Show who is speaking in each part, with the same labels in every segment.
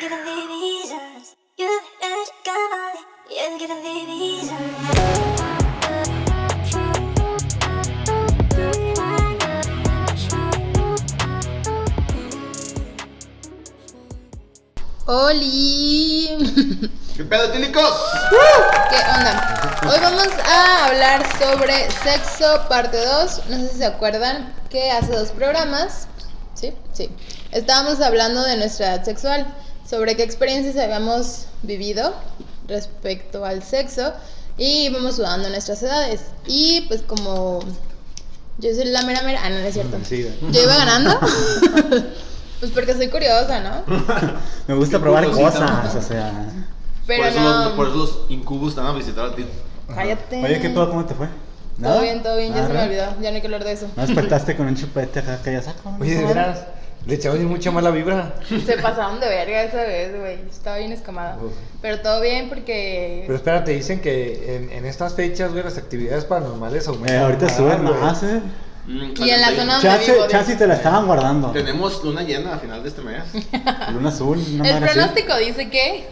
Speaker 1: giving me reasons. You've heard God. You're giving me reasons.
Speaker 2: ¡Holi!
Speaker 3: ¿Qué pedo, tílicos?
Speaker 2: ¿Qué onda? Hoy vamos a hablar sobre sexo parte 2. No sé si se acuerdan que hace dos programas, sí, sí, estábamos hablando de nuestra edad sexual, sobre qué experiencias habíamos vivido respecto al sexo y íbamos sudando nuestras edades. Y pues como yo soy la mera mera, ah, no, no es cierto.
Speaker 3: Vencida.
Speaker 2: Yo iba ganando. Pues porque soy curiosa, ¿no?
Speaker 4: Me gusta probar
Speaker 3: Qué curiosita.
Speaker 4: cosas, o sea.
Speaker 2: Pero
Speaker 3: por, eso
Speaker 2: no.
Speaker 3: los, por eso los incubos están a visitar a ti.
Speaker 2: Cállate.
Speaker 4: Oye, ¿qué pedo? ¿Cómo te fue?
Speaker 2: Este, Todo bien, todo bien, ya se me
Speaker 4: Arre.
Speaker 2: olvidó, ya no hay que hablar de eso.
Speaker 4: ¿No despertaste con un chupete acá que ya saco?
Speaker 5: Oye, de veras, le echamos mucha mala vibra.
Speaker 2: Se pasaron de verga esa vez, güey. Estaba bien escamada.
Speaker 5: Uf.
Speaker 2: Pero todo bien porque.
Speaker 5: Pero espérate, dicen que en, en estas fechas, güey, las actividades paranormales aumentan.
Speaker 4: Eh, ahorita
Speaker 5: más,
Speaker 4: suben
Speaker 5: Ah, güey.
Speaker 4: más, eh.
Speaker 3: Mm,
Speaker 2: Y en la
Speaker 3: ahí-
Speaker 2: zona- vivo,
Speaker 4: Chance, chance
Speaker 2: digo.
Speaker 4: y te la estaban guardando.
Speaker 3: Tenemos luna llena a final de este mes.
Speaker 4: Luna azul, una
Speaker 2: el
Speaker 4: madre así.
Speaker 2: pronóstico dice que.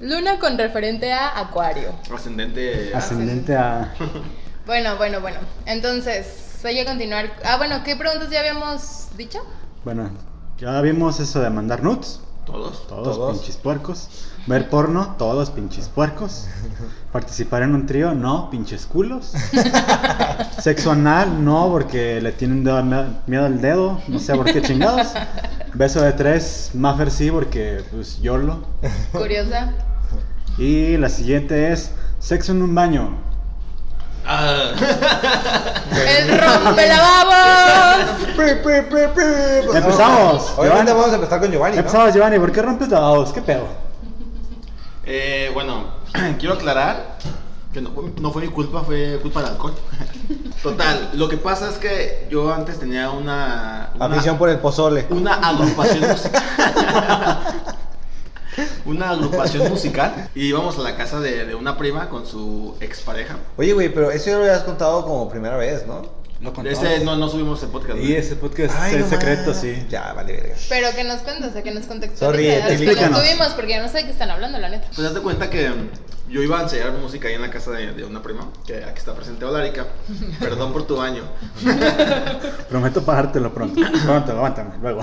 Speaker 2: Luna con referente a Acuario.
Speaker 3: Ascendente.
Speaker 4: Ascendente a.
Speaker 2: Bueno, bueno, bueno. Entonces, voy a continuar. Ah, bueno, ¿qué preguntas ya habíamos dicho?
Speaker 4: Bueno, ya vimos eso de mandar nudes.
Speaker 3: Todos.
Speaker 4: Todos,
Speaker 5: Todos.
Speaker 4: pinches puercos. Ver porno, todos pinches puercos. Participar en un trío, no, pinches culos. Sexo anal, no, porque le tienen dedo- miedo al dedo, no sé por qué chingados. Beso de tres, Maffer sí, porque pues yo lo.
Speaker 2: Curiosa.
Speaker 4: Y la siguiente es sexo en un baño.
Speaker 3: Ah,
Speaker 2: ¡El rompe lavabos!
Speaker 5: Pri, pri, pri, pri.
Speaker 4: Empezamos.
Speaker 5: Obviamente
Speaker 4: Giovanni.
Speaker 5: pues, vamos a empezar con Giovanni, ¿no?
Speaker 4: Empezamos, Giovanni, ¿por qué rompes la voz? ¿Qué pedo?
Speaker 3: eh, bueno, quiero aclarar que no, fue- no fue mi culpa, fue culpa del alcohol. Total, lo que pasa es que yo antes tenía una. una
Speaker 5: Afición por el pozole.
Speaker 3: Una agrupación musical. una agrupación musical. Y íbamos a la casa de, de una prima con su expareja.
Speaker 5: Oye, güey, pero eso ya lo habías contado como primera vez, ¿no?
Speaker 4: Lo
Speaker 3: Este no, no subimos el podcast.
Speaker 4: Y
Speaker 3: ¿no?
Speaker 4: ese podcast
Speaker 5: Ay,
Speaker 4: es
Speaker 5: no
Speaker 4: secreto,
Speaker 5: más.
Speaker 4: sí.
Speaker 5: Ya, vale, verga.
Speaker 2: Pero que nos cuentas, o sea, que nos contextualizas.
Speaker 5: Sorry,
Speaker 2: Como
Speaker 4: explícanos.
Speaker 2: tuvimos, porque yo no sé de qué están hablando, la neta.
Speaker 3: Pues haz de cuenta que mm, yo iba a enseñar música ahí en la casa de, de una prima, que aquí está presente Olarica. Perdón por tu baño.
Speaker 4: Prometo pagártelo pronto. Pronto, aguántame, luego.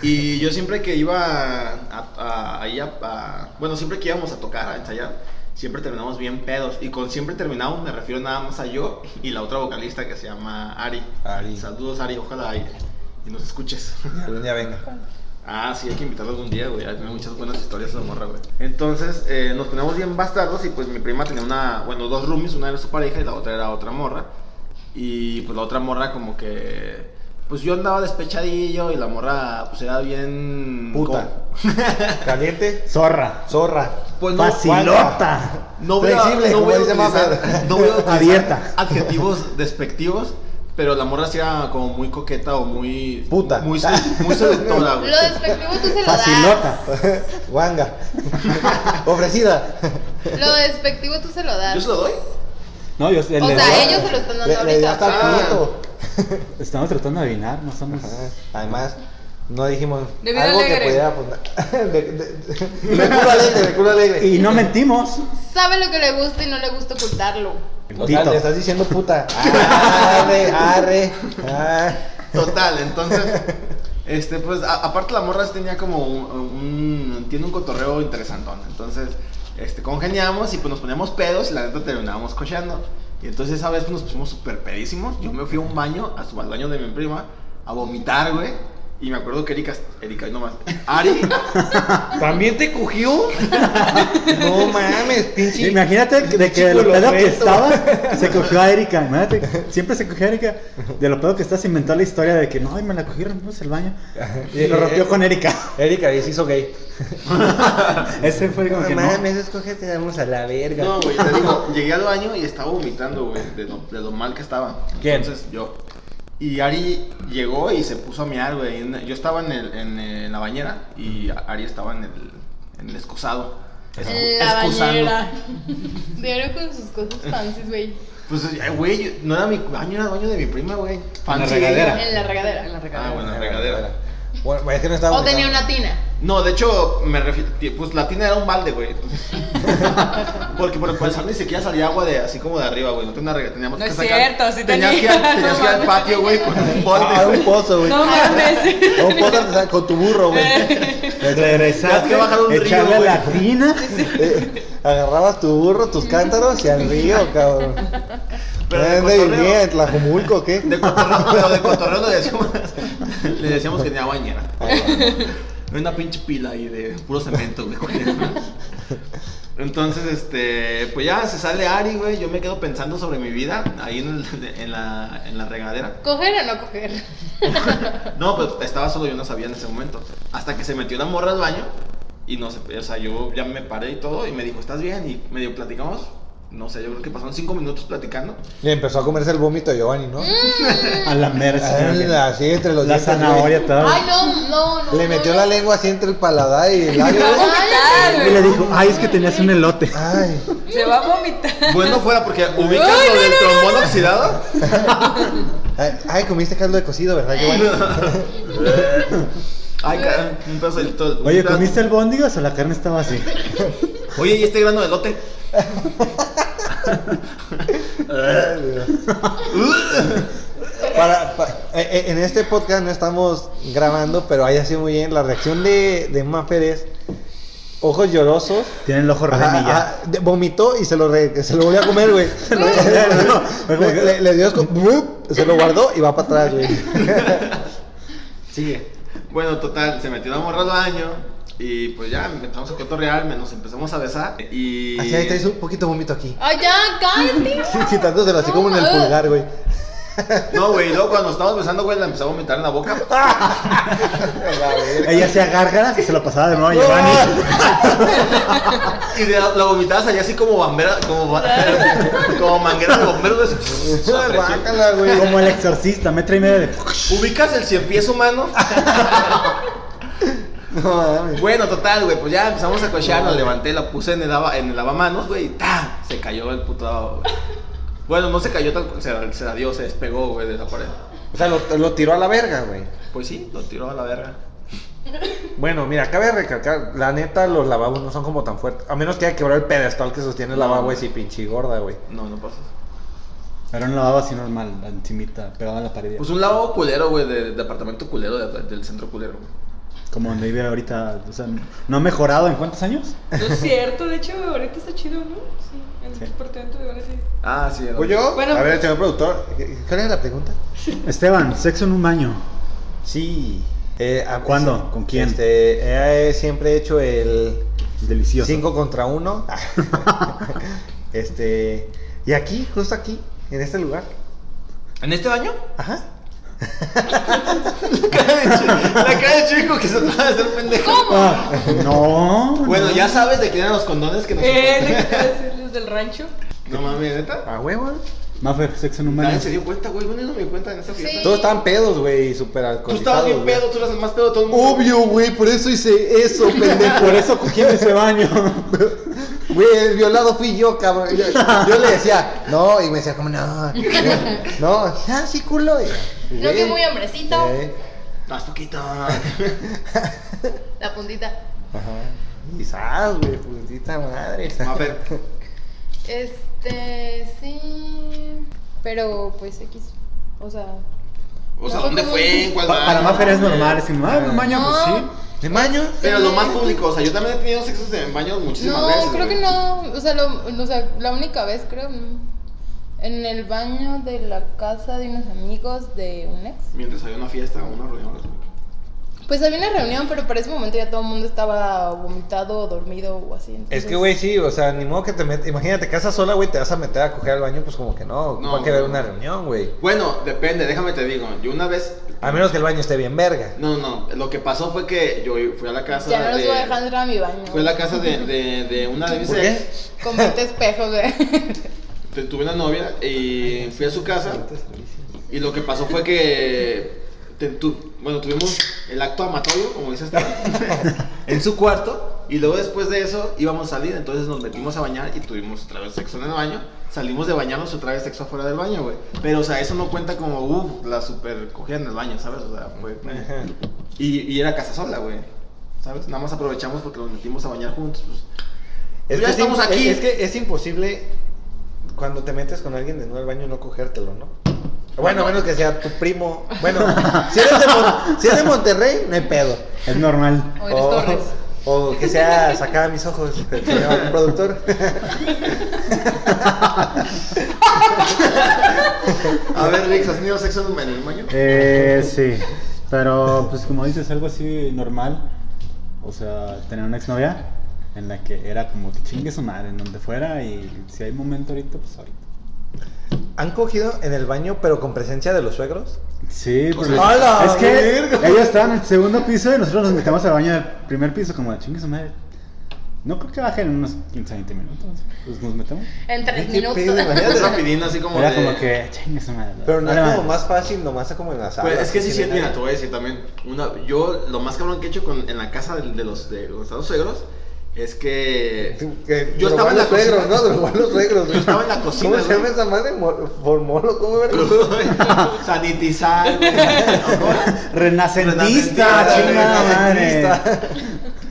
Speaker 3: Y yo siempre que iba a, a- ahí a- a- Bueno, siempre que íbamos a tocar, a ensayar, siempre terminamos bien pedos. Y con siempre terminamos me refiero nada más a yo y la otra vocalista que se llama Ari.
Speaker 5: Ari.
Speaker 3: Saludos, Ari. Ojalá y, y nos escuches.
Speaker 5: Algún día venga.
Speaker 3: Ah, sí, hay que invitarlos un día, güey. Hay muchas buenas historias de morra, güey. Entonces, eh, nos ponemos bien bastardos y pues mi prima tenía una, bueno, dos roomies, una era su pareja y la otra era otra morra. Y pues la otra morra como que, pues yo andaba despechadillo y la morra pues era bien...
Speaker 5: Puta.
Speaker 3: como-
Speaker 5: Caliente,
Speaker 4: Zorra.
Speaker 5: zorra.
Speaker 3: Pues no,
Speaker 4: Facilota.
Speaker 3: no voy a,
Speaker 5: Flexible,
Speaker 3: no
Speaker 5: como
Speaker 3: voy a
Speaker 5: dice
Speaker 3: utilizar,
Speaker 5: Maffer.
Speaker 3: no voy a utilizar
Speaker 4: Abierta.
Speaker 3: adjetivos despectivos. Pero la morra sí era como muy coqueta o muy...
Speaker 5: Puta.
Speaker 3: Muy, sed- muy
Speaker 5: Ah,
Speaker 3: seductora, güey.
Speaker 2: Lo despectivo tú se lo das.
Speaker 4: Facilota.
Speaker 5: Guanga. Ofrecida.
Speaker 2: Lo despectivo tú se lo das.
Speaker 3: ¿Yo se lo doy?
Speaker 4: No, yo sé,
Speaker 2: O
Speaker 4: le-
Speaker 2: sea, ellos se lo están dando
Speaker 5: Le, le dio
Speaker 2: ahorita.
Speaker 5: hasta
Speaker 3: Ah.
Speaker 5: el pito.
Speaker 4: Estamos tratando de adivinar, no somos.
Speaker 5: Ah, Además, no dijimos
Speaker 2: De vida
Speaker 5: algo
Speaker 2: alegre.
Speaker 5: que pudiera apuntar. De, de- de culo alegre, de culo alegre.
Speaker 4: Y no mentimos.
Speaker 2: Sabe lo que le gusta y no le gusta ocultarlo.
Speaker 5: O sea,
Speaker 4: Pito.
Speaker 5: le estás diciendo puta. Arre, arre. ah.
Speaker 3: Total, entonces, este, pues, a- aparte la morra sí tenía como un, un- tiene un cotorreo interesantón, entonces, este, congeniamos y pues nos poníamos pedos y la neta terminábamos cocheando, y entonces esa vez pues, nos pusimos súper pedísimos, yo me fui a un baño, a su, al baño de mi prima, a vomitar, güey, y me acuerdo que Erika, Erika, no más, Ari,
Speaker 5: ¿También te cogió? No mames, pinche.
Speaker 4: Imagínate que- de que de lo pedo que estaba, se cogió a Erika. Imagínate, siempre se cogió a Erika. De lo pedo que estás, inventó la historia de que no, ay, me la cogieron, rompimos el baño. Y lo rompió con Erika.
Speaker 5: Erika, y se hizo gay.
Speaker 4: Ese fue como que no.
Speaker 5: escógete, vamos a la verga.
Speaker 3: no, güey, te digo, llegué al baño y estaba vomitando, güey, de lo, de lo mal que estaba,
Speaker 5: ¿Quién?
Speaker 3: entonces yo. Y Ari llegó y se puso a mirar, güey. en- Yo estaba en, el- en, eh, la bañera y Ari estaba en el, en el excusado. Es-
Speaker 2: La
Speaker 3: excusando.
Speaker 2: bañera. Diario con sus cosas fancies, güey.
Speaker 3: Pues, eh, güey, yo- no era mi baño, era el baño de mi prima, güey. Fancy.
Speaker 4: regadera.
Speaker 6: Ah,
Speaker 2: En la regadera, en la regadera.
Speaker 3: Ah, bueno, en la regadera.
Speaker 5: Bueno, es que no estaba.
Speaker 2: o tenía una tina.
Speaker 3: No, de hecho, me refiero, pues la tina era un balde, güey. entonces- Porque por el panzón ni siquiera salía agua de así como de arriba, güey. No tenía regla, teníamos
Speaker 6: No
Speaker 3: que
Speaker 6: es
Speaker 3: sacar.
Speaker 6: cierto, sí
Speaker 3: tenías
Speaker 6: tenía.
Speaker 3: que ir al- tenías que ir al
Speaker 6: No mames.
Speaker 3: patio, güey, con un bote.
Speaker 7: Ah, un pozo, güey.
Speaker 6: No mames.
Speaker 7: A un pozo te sa- con tu burro, güey.
Speaker 3: Tenías
Speaker 4: Regresaste,
Speaker 3: que bajar un río,
Speaker 4: echarle
Speaker 3: güey.
Speaker 4: la tina.
Speaker 7: Eh, Agarrabas tu burro, tus cántaros y al río, cabrón. Eh,
Speaker 3: Pero
Speaker 7: ¿De
Speaker 3: de
Speaker 7: dónde
Speaker 3: cotorreo.
Speaker 7: vivías? ¿Tlajumulco o qué?
Speaker 3: De cotorreo, pero de cotorreo le decíamos, le decíamos que tenía bañera. Era una pinche pila ahí de puro cemento, güey. Entonces, este, pues ya se sale Ari, güey. Yo me quedo pensando sobre mi vida ahí en, el- en la, en la regadera.
Speaker 2: ¿Coger o no coger?
Speaker 3: No, pues estaba solo, yo no sabía en ese momento. Hasta que se metió una morra al baño y no sé, o sea, yo ya me paré y todo y me dijo, ¿estás bien? Y medio platicamos. No sé, yo creo que pasaron cinco minutos platicando.
Speaker 7: Y empezó a comerse el vómito de Giovanni, ¿no?
Speaker 4: A la mera
Speaker 7: Ah, Así entre los
Speaker 4: La
Speaker 7: dientes, güey.
Speaker 4: zanahoria
Speaker 2: Ay,
Speaker 4: toda.
Speaker 2: no, no, no.
Speaker 7: Le
Speaker 2: no,
Speaker 7: metió
Speaker 2: no.
Speaker 7: la lengua así entre el paladar y el labio.
Speaker 6: Se va a
Speaker 7: güey.
Speaker 6: vomitar,
Speaker 4: Y le
Speaker 6: güey.
Speaker 4: dijo, ay, es que tenías un elote.
Speaker 7: Ay,
Speaker 6: Se va a vomitar.
Speaker 3: Bueno, fuera porque ubicas lo del trombón oxidado.
Speaker 7: ay, ay, comiste caldo de cocido, ¿verdad, Giovanni?
Speaker 3: Ay, caramba, un pedazo de todo. un
Speaker 4: Oye,
Speaker 3: pedazo-
Speaker 4: ¿comiste el bóndigas o la carne estaba así?
Speaker 3: Oye, ¿y este grano de lote?
Speaker 7: Para, pa- eh, eh, en este podcast no estamos grabando, pero haya sido muy bien. La reacción de, de Ma Pérez, ojos llorosos.
Speaker 4: Tiene el ojo
Speaker 7: Ajá,
Speaker 4: revenilla.
Speaker 7: ajá, de- vomitó y se lo, re- se lo volvió a comer, güey.
Speaker 4: No,
Speaker 7: le, le- le dio asco, ¡blup! se lo guardó y va para atrás, güey.
Speaker 3: Sigue. Bueno, total, se metió una morra al baño. Y pues ya empezamos a cotorrear, nos empezamos a besar. Y.
Speaker 7: Así ahí traes un poquito de vómito aquí.
Speaker 2: Ay, ya, cállate.
Speaker 7: Quitándoselo así como en el pulgar, güey.
Speaker 3: No, güey, luego cuando nos estábamos besando, güey, la empezó a vomitar en la boca.
Speaker 7: eh,
Speaker 4: Ella hacía gárgaras y se lo pasaba de nuevo a Giovanni.
Speaker 3: Y de la, la vomitabas allá así como bambera, como, ba- como manguera de bomberos. así, la presión.
Speaker 7: Bácala, güey.
Speaker 4: Como el exorcista, metro y medio de.
Speaker 3: ¿Ubicas el cien pies humano?
Speaker 7: No mames.
Speaker 3: Bueno, total, güey, pues ya empezamos a cochear, la levanté, la puse en el, lava- en el lavamanos, güey, y ¡ta! Se cayó el puto... güey. Bueno, no se cayó tal cual, se, se la dio, se despegó, güey, de la pared.
Speaker 5: O sea, lo, lo tiró a la verga, güey.
Speaker 3: Pues sí, lo tiró a la verga.
Speaker 5: Bueno, mira, cabe recalcar, la neta, los lavabos no son como tan fuertes. A menos que haya quebrado el pedestal que sostiene el
Speaker 3: No.
Speaker 5: lavabo ese pinche gorda, güey.
Speaker 3: No, no pasó.
Speaker 4: Era un lavabo así normal, la encimita, pegada a la pared.
Speaker 3: Pues un lavabo culero, güey, de, de apartamento culero, de- del centro culero. güey.
Speaker 4: Como donde vive ahorita. O sea, no ha mejorado en cuántos años.
Speaker 6: No es cierto, de hecho, ahorita está chido, ¿no? Sí, el
Speaker 4: Sí.
Speaker 6: departamento de ahora sí.
Speaker 3: Ah, sí. era-
Speaker 7: ¿Voy Pues yo?
Speaker 6: Bueno.
Speaker 7: a ver, señor productor, ¿cuál era la pregunta?
Speaker 4: Esteban, sexo en un baño.
Speaker 7: Sí. Eh, a-
Speaker 4: ¿Cuándo? ¿Con quién?
Speaker 7: Este, he siempre he hecho el
Speaker 4: Delicioso.
Speaker 7: 5 contra 1. este, y aquí, justo aquí, en este lugar.
Speaker 3: ¿En este baño?
Speaker 7: Ajá.
Speaker 3: La cara de chi- la cara de chico que se trata de hacer pendejo.
Speaker 4: Ah, no.
Speaker 3: Bueno,
Speaker 4: no.
Speaker 3: ya sabes de quién eran los condones que nos...
Speaker 6: Eh, ¿de qué te iba a decir? ¿Los del rancho?
Speaker 3: No mames, ¿neta?
Speaker 5: A huevo. güey.
Speaker 4: Mafer, sexo en un baño.
Speaker 3: Nadie se dio cuenta, güey, yo ni me di cuenta en esa fiesta.
Speaker 2: Sí.
Speaker 7: Todos estaban pedos, güey, y súper
Speaker 3: Tú
Speaker 7: alcoholizados.
Speaker 3: estabas bien
Speaker 7: güey.
Speaker 3: pedo, tú eras el más pedo de todo el mundo.
Speaker 7: Obvio, güey, por eso hice eso, pendejo.
Speaker 4: Por eso cogí en ese baño.
Speaker 7: Güey, el violado fui yo, cabrón. Yo, yo le decía, no, y me decía, como, no, no, ah, sí, culo. y-
Speaker 2: No, que
Speaker 7: güey,
Speaker 2: muy hombrecito.
Speaker 7: eh,
Speaker 3: Más poquito.
Speaker 2: La puntita.
Speaker 7: Ajá. Y sas, güey, puntita madre.
Speaker 3: Mafer,
Speaker 2: Este, sí. Pero, pues, X. O sea.
Speaker 3: o sea, ¿dónde fue? ¿En cuál
Speaker 4: Pa-
Speaker 3: baño?
Speaker 4: para Mafer es normal. Es como, ah, un baño, pues sí.
Speaker 2: No.
Speaker 7: ¿De maño?
Speaker 3: Pero lo más público, o sea, yo también he tenido sexos en baños muchísimas
Speaker 2: No,
Speaker 3: veces.
Speaker 2: creo
Speaker 3: güey.
Speaker 2: que no. O sea, lo- o sea, la única vez, creo. mm, En el baño de la casa de unos amigos de un ex.
Speaker 3: Mientras había una fiesta o una reunión.
Speaker 2: Pues había una reunión, pero para ese momento ya todo el mundo estaba vomitado o dormido o así.
Speaker 7: Es
Speaker 2: entonces-
Speaker 7: que, güey, sí, o sea, ni modo que te metas. Imagínate, casa sola, güey, te vas a meter a coger al baño, pues como que no.
Speaker 3: No,
Speaker 7: va a querer
Speaker 3: no.
Speaker 7: una reunión, güey.
Speaker 3: Bueno, depende, déjame te digo. Yo una vez.
Speaker 7: A menos que el baño esté bien verga.
Speaker 3: No, no, no. Lo que pasó fue que yo fui a la casa.
Speaker 2: Ya no los
Speaker 3: de...
Speaker 2: voy
Speaker 7: eh,
Speaker 2: a dejar entrar a mi baño.
Speaker 3: Fui a la casa de, de, de una de mis
Speaker 7: ¿Por qué?
Speaker 3: ex.
Speaker 2: Con 20 espejos, güey.
Speaker 3: Te- Tuve una novia y fui a su casa. Y lo que pasó fue que. te- tu- bueno, tuvimos el acto amatorio, como dices, en su cuarto. Y luego después de eso íbamos a salir. Entonces nos metimos a bañar y tuvimos otra vez sexo en el baño. Salimos de bañarnos y otra vez sexo afuera del baño, güey. Pero, o sea, eso no cuenta como, uff, la super cogida en el baño, ¿sabes? O sea, fue. Y, y era casa sola, güey. ¿sabes? Nada más aprovechamos porque nos metimos a bañar juntos. Pues.
Speaker 7: Es
Speaker 3: Ya
Speaker 7: que es
Speaker 3: estamos
Speaker 7: imp-
Speaker 3: aquí.
Speaker 7: Es, es que es imposible cuando te metes con alguien de nuevo al baño no cogértelo, ¿no? Bueno, a menos que sea tu primo. Bueno,
Speaker 8: Si eres de, Mon- si eres de Monterrey, no hay pedo.
Speaker 4: Es normal.
Speaker 2: O eres
Speaker 7: Oh.
Speaker 2: Torres.
Speaker 7: o que sea sacada a mis ojos, el señor productor.
Speaker 3: A ver, Rix, ¿has tenido sexo en el baño?
Speaker 4: Eh, sí. Pero, pues como dices, algo así normal. O sea, tener una exnovia en la que era como que chingue su madre en donde fuera y si hay momento ahorita, pues ahorita.
Speaker 7: ¿Han cogido en el baño pero con presencia de los suegros?
Speaker 4: Sí,
Speaker 3: O
Speaker 4: pues
Speaker 3: sea,
Speaker 7: ¡hala,
Speaker 4: es que
Speaker 7: verga!
Speaker 4: ellos estaban en el segundo piso y nosotros nos metemos al baño del primer piso como de chingue su madre. No creo que bajen en unos 15, 20 minutos. Pues nos metemos.
Speaker 2: En tres
Speaker 7: ¿Qué
Speaker 2: minutos.
Speaker 7: pedo, güey?
Speaker 3: Imagínate rapidino, así como
Speaker 4: Era
Speaker 3: de-
Speaker 4: como que chingue su madre.
Speaker 7: Pero no es
Speaker 4: Ahora
Speaker 7: como
Speaker 4: va.
Speaker 7: más fácil, nomás como en la sala.
Speaker 3: Pues es que
Speaker 7: así
Speaker 3: sí, sí,
Speaker 7: sin
Speaker 3: mira,
Speaker 7: nadie.
Speaker 3: te voy a decir también. Una, yo lo más cabrón que he hecho con, en la casa de, de los de los estados suegros es que.
Speaker 7: Tú, que
Speaker 3: Yo
Speaker 7: drogó
Speaker 3: estaba en
Speaker 7: a
Speaker 3: la
Speaker 7: los suegros,
Speaker 3: cocina.
Speaker 7: ¿no? Drogó a los suegros.
Speaker 3: Yo estaba en la cocina,
Speaker 7: ¿Cómo se llama
Speaker 3: güey.
Speaker 7: esa madre? Mo- Formolo, ¿cómo era?
Speaker 3: Sanitizar. güey.
Speaker 4: Renacentista,
Speaker 3: Renacentista,
Speaker 4: chingada madre.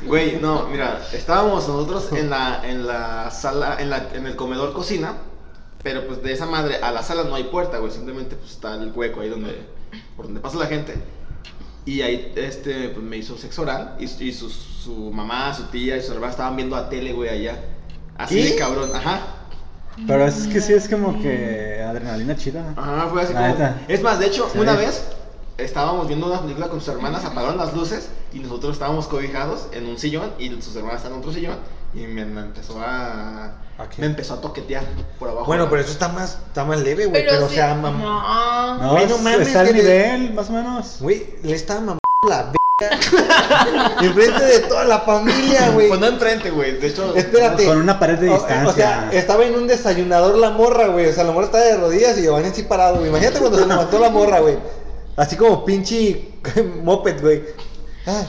Speaker 3: Güey, no, mira, estábamos nosotros en la, en la sala, en, la, en el comedor cocina, pero pues de esa madre a la sala no hay puerta, güey, simplemente pues está el hueco ahí donde, por donde pasa la gente. Y ahí este, pues, me hizo sexo oral y, su- y su, su mamá, su tía y su hermana estaban viendo la tele, güey, allá. Así de
Speaker 7: ¿Qué?
Speaker 3: cabrón, ajá.
Speaker 4: Pero es que sí, es como que adrenalina chida.
Speaker 3: Ajá, fue así
Speaker 4: La
Speaker 3: como...
Speaker 4: neta.
Speaker 3: Es más, de hecho,
Speaker 4: Sí.
Speaker 3: una vez estábamos viendo una película con sus hermanas, apagaron las luces y nosotros estábamos cobijados en un sillón y sus hermanas estaban en otro sillón y me, me empezó a...
Speaker 7: ¿A qué?
Speaker 3: Me empezó a toquetear por abajo.
Speaker 7: Bueno, pero eso está más, está más leve, güey.
Speaker 2: Pero,
Speaker 7: Pero, o
Speaker 2: sí-
Speaker 7: sea, mam-
Speaker 2: No.
Speaker 4: No,
Speaker 7: Güey, no mames,
Speaker 4: está al
Speaker 7: que le-
Speaker 4: nivel, más o menos.
Speaker 7: Güey, le estaba mamando la verga. Enfrente de toda la familia, güey.
Speaker 3: Pues no enfrente, güey. De hecho...
Speaker 7: Espérate.
Speaker 4: Con una pared de
Speaker 7: O-
Speaker 4: distancia.
Speaker 7: O, sea, estaba en un desayunador la morra, güey. O sea, la morra estaba de rodillas y Giovanni así parado, güey. Imagínate cuando se levantó la morra, güey. Así como pinche moped, güey. Ah,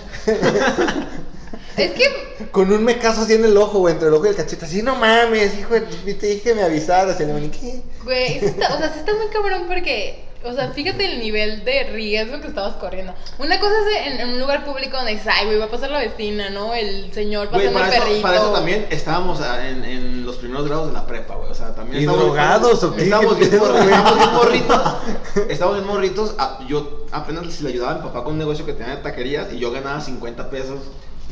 Speaker 2: Es que
Speaker 7: con un mecazo así en el ojo, güey, entre el ojo y el cachete. Así, no mames, hijo de tu- Te dije que me avisaras. Y le digo, ¿qué?
Speaker 2: Güey, sí está- o sea, sí está muy cabrón porque, o sea, fíjate el nivel de riesgo que estabas corriendo. Una cosa es en, en un lugar público donde dices, ay, güey, va a pasar la vecina, ¿no? El señor
Speaker 3: Güey,
Speaker 2: pasando
Speaker 3: para,
Speaker 2: el perrito.
Speaker 3: eso, para eso también estábamos ah, en, en los primeros grados de la prepa, güey. O sea, también
Speaker 7: ¿Y
Speaker 3: estábamos-
Speaker 7: drogados o qué?
Speaker 3: Estábamos bien,
Speaker 7: ¿Qué pedo,
Speaker 3: mor-
Speaker 7: güey?
Speaker 3: estábamos bien morritos. Estábamos bien morritos. Ah, Yo apenas le ayudaba a mi papá con un negocio que tenía de taquerías y yo ganaba 50 pesos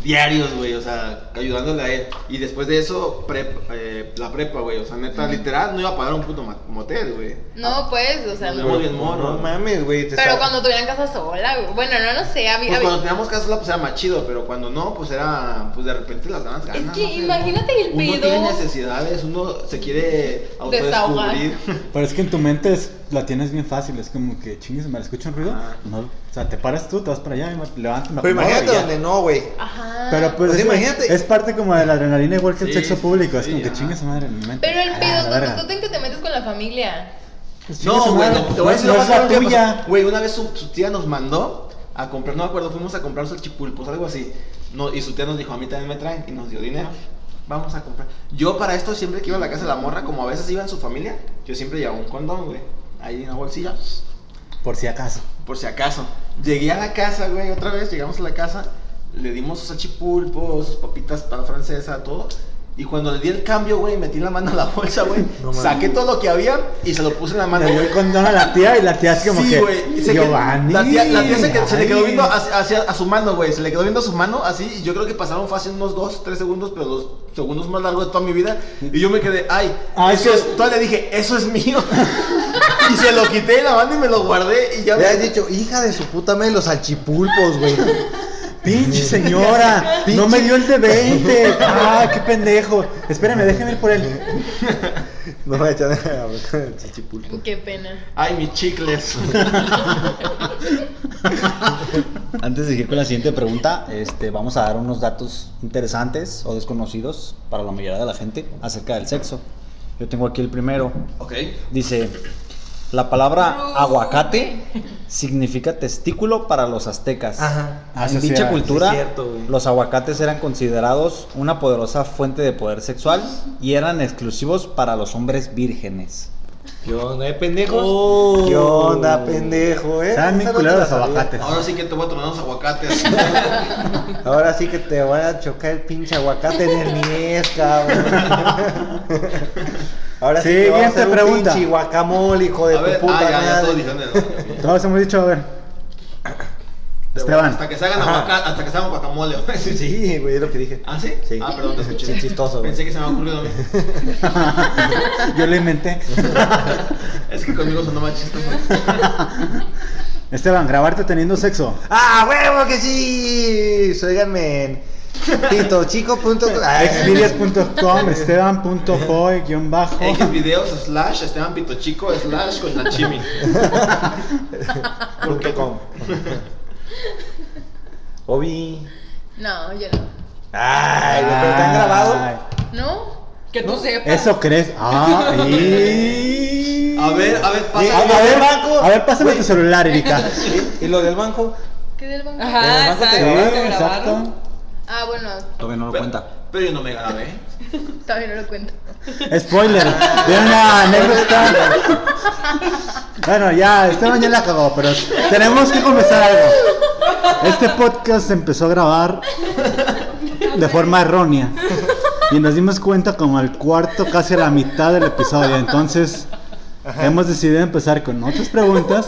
Speaker 3: diarios, güey. O sea, ayudándole a él. Y después de eso, prep- eh, la prepa, güey. O sea, neta, literal, no iba a pagar un puto ma- motel, güey.
Speaker 2: No, pues, o sea,
Speaker 3: No,
Speaker 2: no.
Speaker 3: Muy bien, morro.
Speaker 7: No mames, güey. te
Speaker 2: pero
Speaker 7: estaba-
Speaker 2: cuando tuvieran casa sola, güey. Bueno, no, no sé, había...
Speaker 3: Pues
Speaker 2: había-
Speaker 3: cuando teníamos casa sola, pues era más chido, pero cuando no, pues era, pues de repente las ganas ganan.
Speaker 2: que
Speaker 3: no sé,
Speaker 2: imagínate el
Speaker 3: Uno
Speaker 2: pedo.
Speaker 3: tiene necesidades, uno se quiere
Speaker 2: Desahogar.
Speaker 3: autodescubrir.
Speaker 4: Pero es que en tu mente es- la tienes bien fácil, es como que chingues, me escucho un ruido.
Speaker 3: Ah.
Speaker 4: No, o sea, te paras tú, te vas para allá, y me levanto, me
Speaker 7: Pero
Speaker 4: acomodo y
Speaker 7: imagínate
Speaker 4: ya.
Speaker 7: donde no, güey.
Speaker 2: Ajá.
Speaker 4: Pero pues,
Speaker 7: Pues
Speaker 4: es-
Speaker 7: imagínate.
Speaker 4: Es parte como de la adrenalina, igual que el
Speaker 3: Sí,
Speaker 4: sexo público. Es
Speaker 3: sí,
Speaker 4: como que
Speaker 3: ajá.
Speaker 4: chingues su madre en mi mente.
Speaker 2: Pero el
Speaker 4: Ah,
Speaker 2: pedo,
Speaker 4: la
Speaker 2: cuando
Speaker 4: verga.
Speaker 2: tú te, que te metes con la familia.
Speaker 4: Pues chingue
Speaker 3: No,
Speaker 4: su
Speaker 3: güey,
Speaker 4: madre,
Speaker 3: no, te voy a decir
Speaker 4: no
Speaker 3: lo más
Speaker 4: es la
Speaker 3: cabrón que me
Speaker 4: tuya.
Speaker 3: pasó. Güey, una vez su, su tía nos mandó a comprar, no me acuerdo, fuimos a comprar salchipulpos, algo así. No, y su tía nos dijo, a mí también me traen, y nos dio dinero. Vamos a comprar. Yo para esto siempre que iba a la casa de la morra, como a veces iba en su familia, yo siempre llevaba un condón, güey. Ahí en la bolsilla,
Speaker 4: Por si acaso.
Speaker 3: por si acaso. Llegué a la casa, güey, otra vez, llegamos a la casa, le dimos sus salchipulpos, sus papitas para francesa, todo. Y cuando le di el cambio, güey, metí la mano a la bolsa, güey,
Speaker 7: No mames.
Speaker 3: saqué todo lo que había y se lo puse en la mano.
Speaker 4: Le dio el condón a la tía y la tía es como
Speaker 3: sí,
Speaker 4: que.
Speaker 3: güey. y se quedó-
Speaker 4: Giovanni.
Speaker 3: La tía, la tía se, quedó- se le quedó
Speaker 4: ay".
Speaker 3: viendo hacia, hacia- a su mano, güey. Se le quedó viendo a su mano así. Y yo creo que pasaron fácil unos 2, 3 segundos, pero los segundos más largos de toda mi vida. Y yo me quedé, ay,
Speaker 4: Ah,
Speaker 3: eso
Speaker 4: es
Speaker 3: es.
Speaker 4: que-
Speaker 3: Todavía le dije, eso es mío. y se lo quité de la mano y me lo guardé. Y ya
Speaker 8: Le
Speaker 3: me.
Speaker 8: has dicho, hija de su puta madre, los salchipulpos, güey.
Speaker 4: Pinche señora, no me dio el de 20. Ah, qué pendejo. Espérame, déjeme ir por él.
Speaker 7: No me echan a el chichipulpo.
Speaker 2: Qué pena.
Speaker 3: Ay, mis chicles.
Speaker 9: Antes de seguir con la siguiente pregunta, este, vamos a dar unos datos interesantes o desconocidos para la mayoría de la gente acerca del sexo. Yo tengo aquí el primero.
Speaker 3: ok.
Speaker 9: Dice, la palabra aguacate significa testículo para los aztecas.
Speaker 7: Ajá.
Speaker 4: Ah, sí,
Speaker 9: en
Speaker 4: sí
Speaker 9: dicha
Speaker 4: era, sí es
Speaker 9: cultura,
Speaker 7: cierto, güey.
Speaker 9: los aguacates eran considerados una poderosa fuente de poder sexual y eran exclusivos para los hombres vírgenes.
Speaker 7: ¿Qué onda, eh, pendejos?
Speaker 10: Oh.
Speaker 7: ¿Qué onda, pendejo, eh?
Speaker 4: Estaban bien
Speaker 7: Esa no te
Speaker 4: culeros
Speaker 7: la
Speaker 4: los
Speaker 7: sabía.
Speaker 4: aguacates.
Speaker 3: Ahora sí que te voy a tronar los aguacates.
Speaker 7: Ahora sí que te voy a chocar el pinche aguacate en el niés, cabrón. Ahora sí, te voy a
Speaker 4: Siguiente
Speaker 7: hacer un
Speaker 4: pregunta.
Speaker 7: pinche guacamole, hijo de
Speaker 3: a ver,
Speaker 7: tu puta
Speaker 3: ah, ya, ya todos
Speaker 7: madre.
Speaker 3: dijeron el-
Speaker 4: Todos hemos dicho, a ver. Esteban.
Speaker 3: Hasta que se hagan
Speaker 7: Ajá.
Speaker 3: aguacate, hasta que se hagan guacamole.
Speaker 7: Sí, güey, es lo que dije.
Speaker 3: ¿Ah, sí?
Speaker 7: Sí.
Speaker 3: Ah, perdón, te escuché.
Speaker 7: Sí, chistoso, güey.
Speaker 3: Pensé que se me había ocurrido a mí.
Speaker 4: Yo lo inventé.
Speaker 3: Es que conmigo sonó más chistoso.
Speaker 4: Esteban, grabarte teniendo sexo.
Speaker 7: ¡Ah, huevo que sí! Óiganme en titochico.com. Ah,
Speaker 4: Exvideos.com, esteban.poe, guión bajo.
Speaker 3: Xvideos slash Esteban Pito Chico slash con la chimi.
Speaker 7: punto com. Obi.
Speaker 2: No, yo no.
Speaker 7: Ay, güey, ¿pero te han grabado?
Speaker 4: Ay,
Speaker 2: ¿No?
Speaker 6: Que tú sepas.
Speaker 4: Eso crees. Ah, y...
Speaker 3: A ver, a ver, pasa.
Speaker 7: Ah,
Speaker 4: A
Speaker 7: ¿Lo del
Speaker 4: ver,
Speaker 7: banco?
Speaker 4: a ver, pásame
Speaker 7: Güey.
Speaker 4: tu celular, Erika.
Speaker 7: ¿Y lo del banco?
Speaker 2: ¿Qué del banco?
Speaker 6: Ajá,
Speaker 7: Pero además
Speaker 6: exacto.
Speaker 7: no te
Speaker 4: Sí,
Speaker 7: grabaron,
Speaker 6: Ah, te grabaron.
Speaker 4: exacto.
Speaker 2: Ah, bueno,
Speaker 10: Todavía no lo cuenta.
Speaker 3: Pero, pero yo no me grabé.
Speaker 2: todavía no lo cuento.
Speaker 4: Spoiler, de una anécdota. Bueno, ya, Esteban ya la cagó, pero tenemos que confesar algo. Este podcast se empezó a grabar de forma errónea. Y nos dimos cuenta como al cuarto, casi a la mitad del episodio. Entonces, hemos decidido empezar con otras preguntas.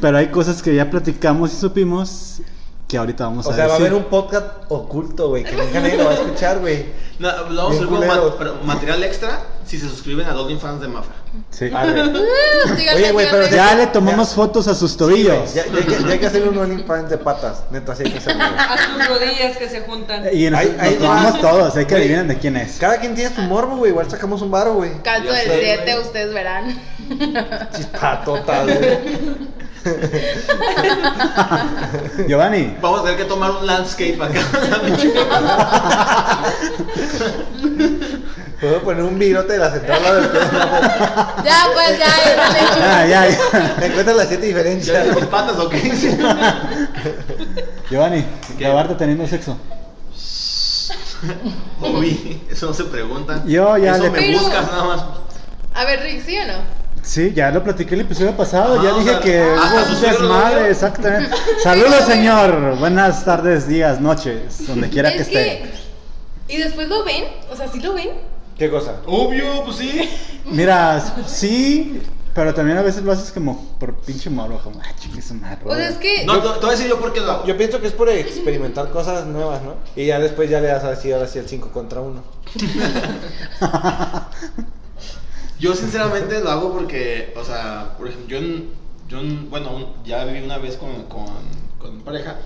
Speaker 4: Pero hay cosas que ya platicamos y supimos que ahorita vamos
Speaker 7: O
Speaker 4: a
Speaker 7: sea, va a
Speaker 4: decir.
Speaker 7: haber un podcast oculto, güey, que nunca nadie lo va a escuchar, güey.
Speaker 3: No, lo vamos a
Speaker 7: Bien
Speaker 3: hacer como
Speaker 7: culeros.
Speaker 3: ma- pero material extra si se suscriben a Dolphin Fans de Mafra.
Speaker 4: Sí.
Speaker 7: Arre.
Speaker 2: Oye,
Speaker 7: güey, pero
Speaker 4: Ya le tomamos fotos a sus tobillos.
Speaker 7: Ya, ya hay que- ya hay que hacer un OnlyFans de patas, neta, sí hay que hacerlo. güey.
Speaker 6: A tus rodillas que se juntan.
Speaker 4: Y nos,
Speaker 7: Ahí- ahí
Speaker 4: nos tomamos
Speaker 7: va.
Speaker 4: todos, hay que
Speaker 7: Güey.
Speaker 4: adivinar de quién es.
Speaker 7: Cada quien tiene su morbo, güey, igual sacamos un varo, güey.
Speaker 2: Calzo
Speaker 3: Ya
Speaker 2: del
Speaker 3: sé,
Speaker 2: 7,
Speaker 3: güey.
Speaker 2: ustedes verán.
Speaker 7: Chispatotas, güey.
Speaker 4: Giovanni,
Speaker 3: Vamos a tener que tomar un landscape acá.
Speaker 7: Puedo poner un virote de la central al lado del pedo.
Speaker 2: Ya, pues, ya, ya,
Speaker 4: Ah,
Speaker 2: dale.
Speaker 4: ya, ya.
Speaker 7: Encuentras las siete
Speaker 3: ¿Ya
Speaker 7: diferencias.
Speaker 3: de mis patas o qué?
Speaker 4: Giovanni,
Speaker 3: ¿Qué?
Speaker 4: grabarte teniendo sexo.
Speaker 3: Uy, eso no se pregunta.
Speaker 4: Yo ya
Speaker 3: Eso
Speaker 4: le-
Speaker 3: me
Speaker 2: Pero-
Speaker 3: buscas nada más.
Speaker 2: A ver, Rick, ¿sí o no?
Speaker 4: Sí, ya lo platiqué el episodio pasado,
Speaker 3: Ah,
Speaker 4: ya
Speaker 3: o
Speaker 4: dije
Speaker 3: sea,
Speaker 4: que
Speaker 3: ah,
Speaker 4: hubo
Speaker 3: su
Speaker 4: un
Speaker 3: suegro lo vio.
Speaker 4: desmadre, exactamente. Saludos, señor. Buenas tardes, días, noches, donde quiera que
Speaker 2: es
Speaker 4: esté.
Speaker 2: que. ¿Y después lo ven? O sea, ¿sí lo ven?
Speaker 7: ¿Qué cosa?
Speaker 3: Obvio, pues sí.
Speaker 4: Mira, sí, pero también a veces lo haces como por pinche morbo, como, ah, chingue su madre.
Speaker 2: O sea, Pues es que.
Speaker 3: No, te te voy a decir yo por qué lo hago.
Speaker 7: Yo pienso que es por experimentar cosas nuevas, ¿no? Y ya después ya le das así, ahora sí el 5 contra 1.
Speaker 3: Yo sinceramente lo hago porque, o sea, por ejemplo, yo, n- yo n- bueno, un- ya viví una vez con, con, con mi pareja,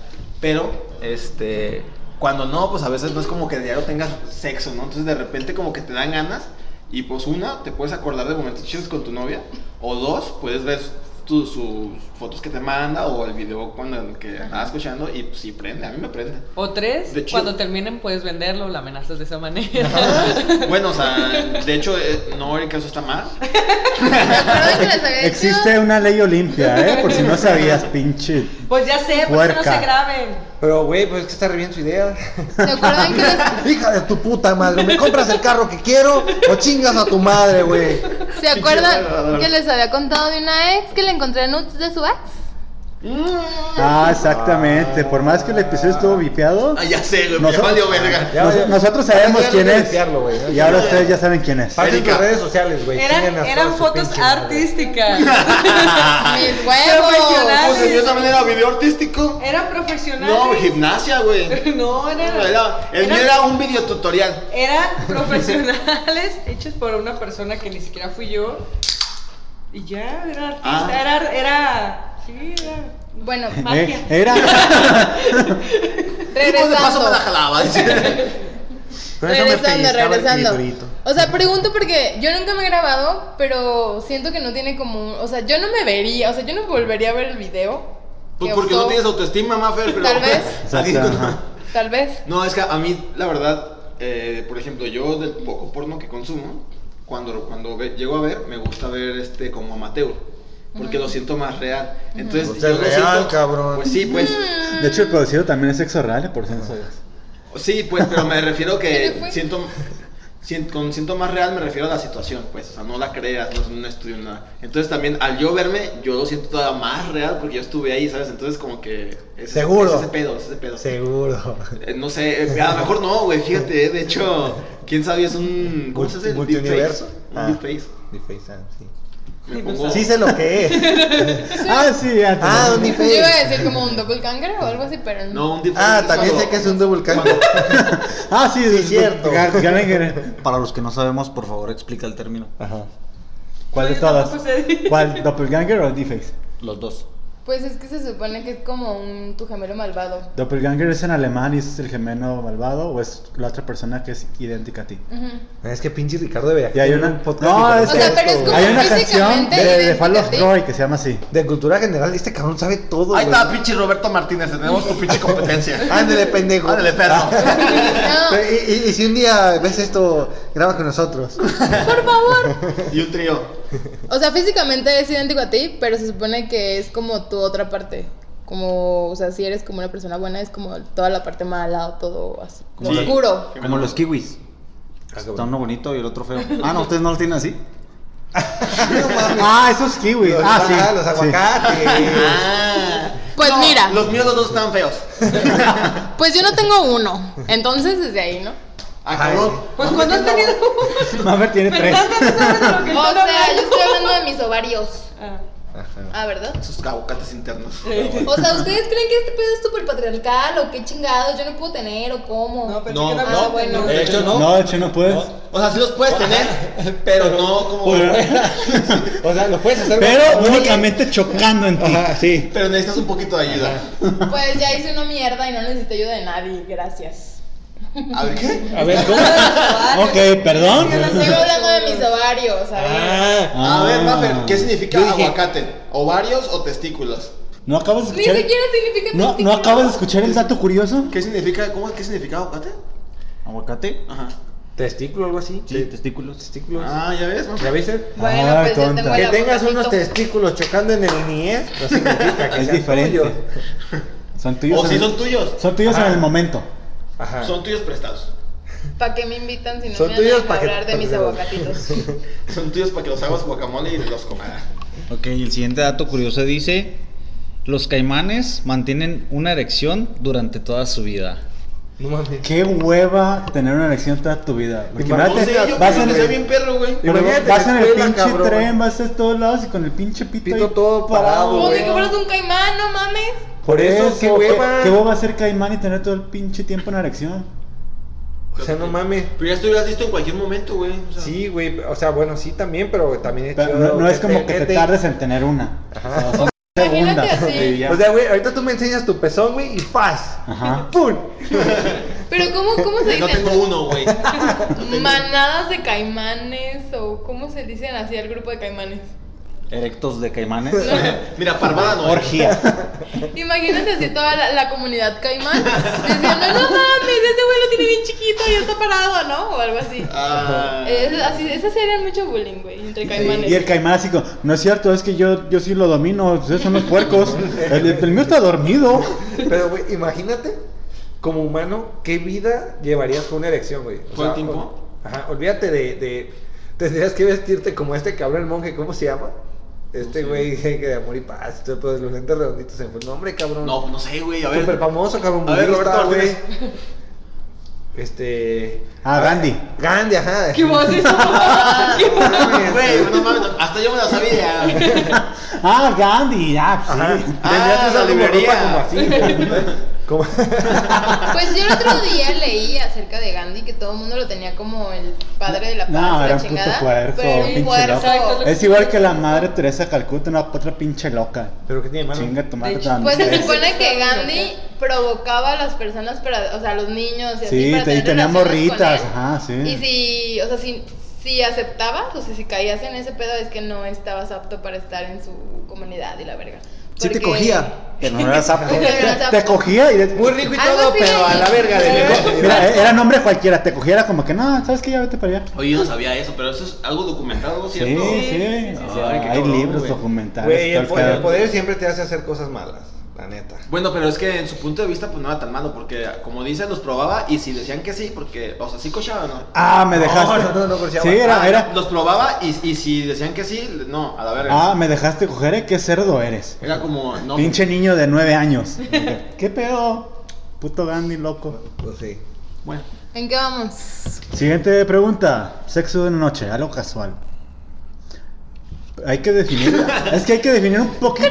Speaker 3: pero, este, cuando no, pues a veces no es como que diario tengas sexo, ¿no? Entonces de repente como que te dan ganas y pues una, te puedes acordar de momentos chidos con tu novia, o dos, puedes ver tu- sus fotos que te manda o el video con el que andaba escuchando y pues sí prende, a mí me prende.
Speaker 6: O tres,
Speaker 3: De hecho-
Speaker 6: cuando terminen puedes venderlo, la amenazas de esa manera.
Speaker 3: Bueno, o sea, de hecho, eh, no, en caso está mal.
Speaker 2: Perdón que les había dicho.
Speaker 4: Existe una ley olimpia, ¿eh? Por si no sabías, pinche.
Speaker 6: Pues ya sé, por eso no
Speaker 4: Puerca.
Speaker 6: se graben.
Speaker 7: Pero, güey, pues es que está re bien su idea.
Speaker 2: ¿Se acuerdan que les-
Speaker 11: Hija de tu puta madre, ¿me compras el carro que quiero o chingas a tu madre, güey?
Speaker 2: ¿Se acuerdan que les había contado de una ex que le encontré nudes de su ex?
Speaker 4: Ah, exactamente. Por más que el episodio estuvo vipeado,
Speaker 3: Ah, ya sé, güey, ya
Speaker 4: Nosotros-
Speaker 3: valió verga.
Speaker 7: Ya,
Speaker 4: nos-
Speaker 7: ya.
Speaker 4: nosotros
Speaker 7: Ya,
Speaker 4: sabemos
Speaker 7: ya no
Speaker 4: quién
Speaker 7: quiero
Speaker 4: es.
Speaker 7: limpiarlo, güey. Ya,
Speaker 4: Y ahora ustedes ya saben quién es.
Speaker 7: Pasen
Speaker 3: Erika.
Speaker 7: tus redes sociales, güey.
Speaker 6: Eran,
Speaker 7: Síguenos todas
Speaker 6: eran
Speaker 7: sus
Speaker 6: fotos
Speaker 7: pinches madres.
Speaker 6: artísticas.
Speaker 2: ¡Mis huevos!
Speaker 6: Profesional.
Speaker 3: Pues yo también era video artístico.
Speaker 6: Eran profesionales.
Speaker 3: No, gimnasia, güey.
Speaker 6: No, era.
Speaker 3: Era, el mío era un videotutorial.
Speaker 6: eran profesionales hechos por una persona que ni siquiera fui yo. Y ya, era artista.
Speaker 3: Ah.
Speaker 6: Era, era. Sí, era.
Speaker 2: Bueno,
Speaker 6: Magia.
Speaker 4: Eh, era.
Speaker 3: Y pues de paso me la
Speaker 2: regresando.
Speaker 3: jalaba. dice.
Speaker 7: Con eso me
Speaker 2: Regresando,
Speaker 7: pellizcaba el
Speaker 2: regresando.
Speaker 7: frijolito.
Speaker 2: O sea, pregunto porque yo nunca me he grabado, pero siento que no tiene como. un- O sea, yo no me vería, o sea, yo no volvería a ver el video.
Speaker 3: Pues
Speaker 2: que
Speaker 3: porque no
Speaker 2: usó.
Speaker 3: tienes autoestima, Mafer, pero.
Speaker 2: Tal vez,
Speaker 4: Exacto, ajá.
Speaker 2: tal vez.
Speaker 3: No, es que a mí, la verdad, eh, por ejemplo, yo del poco porno que consumo, cuando, cuando ve- llego a ver, me gusta ver este como amateur. Porque lo siento más real. Entonces,
Speaker 7: Pues es
Speaker 3: yo lo
Speaker 7: real,
Speaker 3: siento-
Speaker 7: cabrón.
Speaker 3: Pues sí, pues.
Speaker 4: De hecho, el producido también es sexo real, por si no sabías.
Speaker 3: Sí, pues, pero me refiero
Speaker 2: ¿Qué le
Speaker 3: que
Speaker 2: fue?
Speaker 3: siento. sien- con síntomas real me refiero a la situación, pues, o sea, no la creas, no es un estudio, nada. Entonces también al yo verme, yo lo siento todavía más real porque yo estuve ahí, ¿sabes? Entonces como que... es-
Speaker 7: Seguro.
Speaker 3: Es ese pedo, es ese pedo.
Speaker 7: Seguro.
Speaker 3: Eh, no sé, eh, a lo mejor no, güey, fíjate, eh, de hecho, quién sabe, es un... ¿Cómo se dice?
Speaker 7: Multiuniverso.
Speaker 3: Deepfake.
Speaker 7: Ah.
Speaker 3: Un deepfake. Oh.
Speaker 7: Mi face, ah, sí.
Speaker 3: Me
Speaker 6: no
Speaker 3: pongo-
Speaker 7: Sí sé lo que es.
Speaker 4: Ah, sí, ya. te
Speaker 7: Ah,
Speaker 4: lo-
Speaker 7: un
Speaker 2: Yo iba a
Speaker 7: face.
Speaker 2: decir como un double kangaroo o algo así, pero no.
Speaker 6: Pues
Speaker 3: No, un deepfake.
Speaker 7: Ah, también sé que es un double
Speaker 3: cuando-
Speaker 7: cambio.
Speaker 4: Ah, sí,
Speaker 7: Sí,
Speaker 4: es
Speaker 7: cierto.
Speaker 4: Gallagher.
Speaker 12: Para los que no sabemos, por favor, explica el término.
Speaker 7: Ajá.
Speaker 4: ¿Cuál de
Speaker 6: Yo
Speaker 4: todas?
Speaker 6: tampoco sé.
Speaker 4: ¿Cuál? ¿Doppelganger o D-Face?
Speaker 12: Los dos.
Speaker 2: Pues es que se supone que es como un tu gemelo malvado.
Speaker 4: ¿Doppelganger es en alemán y es el gemelo malvado o es la otra persona que es idéntica a ti?
Speaker 2: Ujú.
Speaker 7: Es que pinche Ricardo debería.
Speaker 4: Y hay
Speaker 7: hacer
Speaker 4: una-
Speaker 7: un
Speaker 4: No,
Speaker 7: diferente
Speaker 4: es
Speaker 2: O sea,
Speaker 7: a
Speaker 2: pero es
Speaker 7: esto,
Speaker 2: como
Speaker 4: Hay una
Speaker 2: físicamente
Speaker 4: canción de, de
Speaker 2: idéntica
Speaker 4: Fall
Speaker 2: a
Speaker 4: of
Speaker 2: ti.
Speaker 4: Troy que se llama así.
Speaker 7: De cultura general, este cabrón sabe todo.
Speaker 3: Ahí
Speaker 7: güey.
Speaker 3: está, pinche Roberto Martínez, tenemos tu pinche competencia.
Speaker 12: Ah,
Speaker 7: Ándale, pendejo.
Speaker 3: Ándale, perro.
Speaker 2: No,
Speaker 7: Pero, y, y- y si un día ves esto, graba con nosotros.
Speaker 4: Ah,
Speaker 2: por favor.
Speaker 3: Y un trío.
Speaker 2: O sea, físicamente es idéntico a ti, pero se supone que es como tu otra parte. Como, o sea, si eres como una persona buena, es como toda la parte mala o todo así.
Speaker 3: Como
Speaker 2: lo
Speaker 3: la-
Speaker 2: oscuro.
Speaker 12: Como los kiwis.
Speaker 7: Ah,
Speaker 12: Está uno bonito y el otro feo. Ah, no, ustedes no lo tienen así.
Speaker 4: Ah, esos kiwis.
Speaker 7: Los-
Speaker 4: Ah, sí.
Speaker 7: ah, Los
Speaker 4: sí.
Speaker 7: aguacates.
Speaker 3: Ah.
Speaker 2: Pues
Speaker 3: No,
Speaker 2: mira,
Speaker 3: Los míos los dos están feos.
Speaker 2: pues yo no tengo uno. Entonces, desde ahí, ¿no?
Speaker 3: Ah, cabrón.
Speaker 6: Pues cuando has tenido uno.
Speaker 4: Mamer tiene tres.
Speaker 6: Fernanda, no sabes de lo que
Speaker 2: O sea,
Speaker 6: están
Speaker 2: yo
Speaker 6: hablando.
Speaker 2: estoy hablando de mis ovarios.
Speaker 6: Ah.
Speaker 2: Ah, ¿verdad?
Speaker 3: Sus aguacates internos.
Speaker 2: O sea, ¿ustedes creen que este pedo es súper patriarcal o qué chingados? Yo no puedo tener o cómo.
Speaker 6: No, pensé
Speaker 3: No,
Speaker 6: que era
Speaker 2: no, bueno.
Speaker 6: no.
Speaker 2: De
Speaker 7: hecho,
Speaker 4: No, de hecho no puedes.
Speaker 3: O sea, sí los puedes tener, pero no como.
Speaker 7: O sea, lo puedes hacer.
Speaker 4: Pero únicamente chocando en ti.
Speaker 7: Ajá, sí.
Speaker 3: Pero necesitas un poquito de ayuda.
Speaker 2: Pues ya hice una mierda y no necesito ayuda de nadie, gracias.
Speaker 3: A ver qué.
Speaker 7: A ver, ¿cómo?
Speaker 4: Ok, perdón.
Speaker 2: Estoy hablando de mis ovarios, a ver.
Speaker 7: Ah,
Speaker 3: A ver,
Speaker 4: Ah.
Speaker 3: Maffer, ¿qué significa
Speaker 7: Yo dije-
Speaker 3: aguacate? ¿Ovarios o testículos?
Speaker 4: ¿No acabas de
Speaker 2: Ni
Speaker 4: escuchar?
Speaker 2: siquiera significa
Speaker 4: ¿No,
Speaker 2: testículo.
Speaker 4: ¿No acabas de escuchar el dato curioso?
Speaker 3: ¿Qué significa? ¿Cómo es? ¿Qué significa aguacate?
Speaker 12: Aguacate.
Speaker 3: Ajá.
Speaker 7: testículo, algo así.
Speaker 12: Sí, testículos.
Speaker 7: Testículos.
Speaker 3: Ah, ya ves,
Speaker 7: ¿Ya
Speaker 3: Maffer.
Speaker 7: viste?
Speaker 2: Bueno,
Speaker 4: Ah,
Speaker 2: pues yo
Speaker 4: tonta.
Speaker 2: tengo
Speaker 7: Que
Speaker 2: el
Speaker 7: tengas unos
Speaker 2: aguacatito.
Speaker 7: testículos chocando en el NIE, no significa que
Speaker 4: Es
Speaker 7: sean
Speaker 4: diferente.
Speaker 7: tuyos.
Speaker 4: Son tuyos.
Speaker 3: O
Speaker 4: en
Speaker 3: si
Speaker 4: el-
Speaker 3: Oh, son tuyos.
Speaker 4: son tuyos en
Speaker 7: Ajá.
Speaker 4: el momento.
Speaker 7: Ajá.
Speaker 3: Son tuyos prestados.
Speaker 2: ¿Para qué me invitan si no
Speaker 7: Son
Speaker 2: me van
Speaker 7: tuyos
Speaker 2: a
Speaker 7: para que-
Speaker 2: hablar de mis
Speaker 7: para que-
Speaker 2: aguacatitos?
Speaker 3: Son tuyos para que los hagas guacamole y los comas.
Speaker 12: Ok, el siguiente dato curioso dice: Los caimanes mantienen una erección durante toda su vida.
Speaker 7: No mames.
Speaker 4: Qué hueva tener una erección toda tu vida. Porque imagínate, vas en
Speaker 3: Está
Speaker 4: el,
Speaker 3: bien perro, güey.
Speaker 4: luego
Speaker 7: Imagínate
Speaker 4: vas en
Speaker 7: la
Speaker 4: el
Speaker 7: escuela,
Speaker 4: pinche
Speaker 7: cabrón.
Speaker 4: tren, vas a todos lados y con el pinche pito,
Speaker 7: Pito
Speaker 4: ahí
Speaker 7: todo parado,
Speaker 2: Como
Speaker 7: güey.
Speaker 2: si fueras un caimán, no mames.
Speaker 7: Por eso, qué hueva.
Speaker 4: ¿Qué hueva hacer caimán y tener todo el pinche tiempo en erección?
Speaker 7: O sea, no mames.
Speaker 3: Pero ya estuvieras listo en cualquier momento, güey. O sea,
Speaker 7: Sí, güey. O sea, bueno, sí también, pero también es
Speaker 4: Pero
Speaker 7: chido
Speaker 4: no, no es como que
Speaker 7: que
Speaker 4: te tardes en tener una.
Speaker 7: Ajá.
Speaker 4: O sea, son
Speaker 2: Imagínate
Speaker 4: segundas.
Speaker 2: así.
Speaker 4: y ya. Ah.
Speaker 7: O sea, güey, ahorita tú me enseñas tu pezón, güey, y ¡paz!
Speaker 4: Ajá.
Speaker 7: ¡Pum!
Speaker 2: Pero ¿cómo, cómo se
Speaker 3: No
Speaker 2: dicen?
Speaker 3: tengo uno, güey. No tengo-
Speaker 2: Manadas de caimanes o cómo se dicen así al grupo de caimanes.
Speaker 12: Erectos de caimanes.
Speaker 3: Mira, parvada no.
Speaker 12: Orgía.
Speaker 2: Imagínate así toda la, la comunidad caimán diciendo, no mames, este güey lo tiene bien chiquito y está parado, ¿no? O algo así.
Speaker 3: Ah.
Speaker 2: Es, así esas serían mucho bullying, güey, entre caimanes.
Speaker 4: Y el caimán así como, no es cierto, es que yo, yo sí lo domino, ustedes son los puercos. El, el mío está dormido.
Speaker 7: Pero, güey, imagínate, como humano, ¿qué vida llevarías con una erección, güey? O
Speaker 3: ¿Todo el tiempo?
Speaker 7: ol- Ajá, olvídate de, de- Tendrías que vestirte como este cabrón, el monje, ¿cómo se llama? Este güey que de amor y paz, todo, pues, los lentes redonditos se fue. No, hombre, cabrón.
Speaker 3: No, no sé, güey. A ver.
Speaker 7: Súper famoso, cabrón.
Speaker 3: A ver,
Speaker 7: budista,
Speaker 3: Roberto Martínez.
Speaker 7: Este.
Speaker 4: Ah, Gandhi.
Speaker 7: Grande, ajá. Ah,
Speaker 6: ¿Qué voz es esa? ¿Qué voz?
Speaker 3: Güey, no mames, hasta yo me la sabía.
Speaker 4: Ah, Gandhi, ah, sí.
Speaker 7: Ajá.
Speaker 3: Ah, la librería.
Speaker 7: Como así. Como...
Speaker 2: Pues yo el otro día leí acerca de Gandhi que todo el mundo lo tenía como el padre de la paz,
Speaker 4: No,
Speaker 2: la
Speaker 4: era un puto
Speaker 2: chingada.
Speaker 4: puerco,
Speaker 2: pero era un
Speaker 4: pinche
Speaker 2: puerco.
Speaker 6: loco.
Speaker 4: Es igual que la madre Teresa de Calcuta, una otra pinche loca.
Speaker 7: Pero qué tiene de malo.
Speaker 4: Chinga tu madre
Speaker 6: De hecho,
Speaker 4: también.
Speaker 2: Pues se
Speaker 6: Sí.
Speaker 2: supone que Gandhi provocaba a las personas para, o sea, a los niños y así.
Speaker 4: Sí,
Speaker 2: para
Speaker 4: te-
Speaker 2: tener
Speaker 4: y tenía
Speaker 2: relaciones con
Speaker 4: morritas,
Speaker 2: él.
Speaker 4: ajá, sí.
Speaker 2: Y si, o sea, si, si aceptabas, o sea, si caías en ese pedo es que no estabas apto para estar en su comunidad y la verga.
Speaker 12: Sí te
Speaker 2: Porque-
Speaker 12: cogía. Pero no era sapo.
Speaker 2: Porque no
Speaker 4: Te,
Speaker 2: era
Speaker 4: te
Speaker 2: sapo.
Speaker 4: cogía y... de-
Speaker 7: Muy rico y
Speaker 2: Algo
Speaker 7: todo,
Speaker 2: así
Speaker 7: pero a
Speaker 2: leí.
Speaker 7: la verga de mi
Speaker 4: Mira, eh, era nombre cualquiera, te cogía era como que, no, ¿sabes qué? Ya vete para allá.
Speaker 3: Oye, yo no sabía eso, pero eso es algo documentado, ¿no es
Speaker 4: Sí, sí.
Speaker 3: ¿cierto?
Speaker 6: sí, sí, sí.
Speaker 4: Ah,
Speaker 3: Ay, qué
Speaker 4: hay
Speaker 3: cabrón,
Speaker 4: libros
Speaker 3: güey.
Speaker 4: documentales.
Speaker 7: Güey,
Speaker 4: todo
Speaker 7: el,
Speaker 4: el
Speaker 7: po- el
Speaker 4: pedo.
Speaker 7: poder siempre te hace hacer cosas malas. La neta.
Speaker 3: Bueno, pero es que en su punto de vista, pues no era tan malo, porque como dice, los probaba y si decían que sí, porque, o sea, sí cochaba, ¿no?
Speaker 4: Ah, me dejaste.
Speaker 7: No, no, no, no, por si
Speaker 4: sí,
Speaker 7: aguanta.
Speaker 4: era,
Speaker 3: Ah,
Speaker 4: era.
Speaker 3: Los probaba y, y si decían que sí, no, a la verga.
Speaker 4: Ah, me dejaste coger, ¿eh? Qué cerdo eres.
Speaker 3: Era como, no.
Speaker 4: Pinche niño de nueve años. ¿Qué pedo? Puto Gandhi, loco.
Speaker 7: Pues sí.
Speaker 3: Bueno,
Speaker 2: ¿En qué vamos?
Speaker 4: Siguiente pregunta. Sexo de la noche, algo casual. Hay que definir. es que hay que definir un poquito.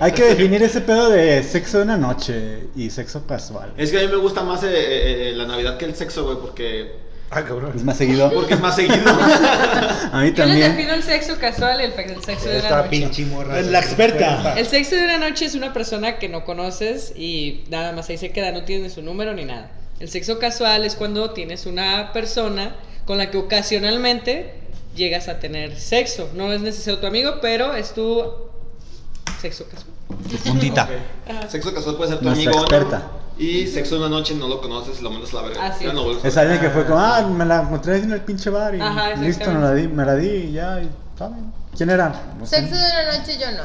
Speaker 4: Hay que definir ese pedo de sexo de una noche y sexo casual.
Speaker 3: es que a mí me gusta más eh, eh, eh, la Navidad que el sexo, güey, porque,
Speaker 7: Ah, cabrón.
Speaker 4: Es más seguido.
Speaker 3: porque es más seguido.
Speaker 4: A mí
Speaker 6: Yo les
Speaker 4: también.
Speaker 6: defino el sexo casual y el, fe- el sexo de la
Speaker 7: Esta
Speaker 6: noche.
Speaker 7: pinche morra.
Speaker 4: Es la experta.
Speaker 6: El sexo de una noche es una persona que no conoces y nada más ahí se queda, no tienes su número ni nada. El sexo casual es cuando tienes una persona con la que ocasionalmente llegas a tener sexo. No es necesario tu amigo, pero es tu sexo casual.
Speaker 12: Puntita.
Speaker 6: Ah,
Speaker 3: Sexo casual puede ser tu
Speaker 4: Nuestra
Speaker 3: amigo. o no.
Speaker 4: experta.
Speaker 3: Y sexo de una noche no lo conoces, lo mandas a la verga.
Speaker 6: Así
Speaker 3: Ya no
Speaker 6: es.
Speaker 3: vuelves a-
Speaker 4: Es alguien que fue como, ah, me la encontré en el pinche bar y
Speaker 6: Ajá, exactamente.
Speaker 4: listo, me la di, me la di y ya, y, ¿saben? ¿Quién era? No sé.
Speaker 2: Sexo de la noche yo no.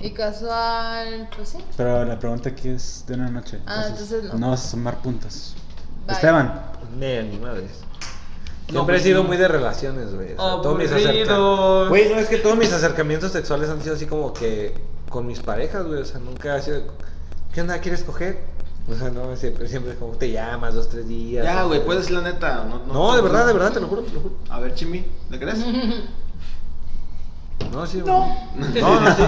Speaker 2: Y casual, pues sí.
Speaker 4: Pero la pregunta aquí es de una noche.
Speaker 2: Ah, entonces no.
Speaker 4: No vas a sumar puntas.
Speaker 2: Bye.
Speaker 4: Esteban,
Speaker 7: Ne, ni madres.
Speaker 3: No,
Speaker 7: Siempre he
Speaker 3: pues
Speaker 7: sido
Speaker 3: sí.
Speaker 7: muy de relaciones, güey. O sea, todos mis
Speaker 6: Aburrido.
Speaker 7: acerca- Güey, no, es que todos mis acercamientos sexuales han sido así como que con mis parejas, güey. O sea, nunca ha sido. ¿Qué onda? ¿Quieres coger? O sea, no, siempre, siempre es como te llamas dos, tres días.
Speaker 3: Ya,
Speaker 7: o-
Speaker 3: güey, puedes decir la neta. No, no-
Speaker 7: No, de verdad, de verdad, te lo juro, te lo juro.
Speaker 3: A ver, Chimi, ¿le crees?
Speaker 7: No, sí, No. No, no, sí.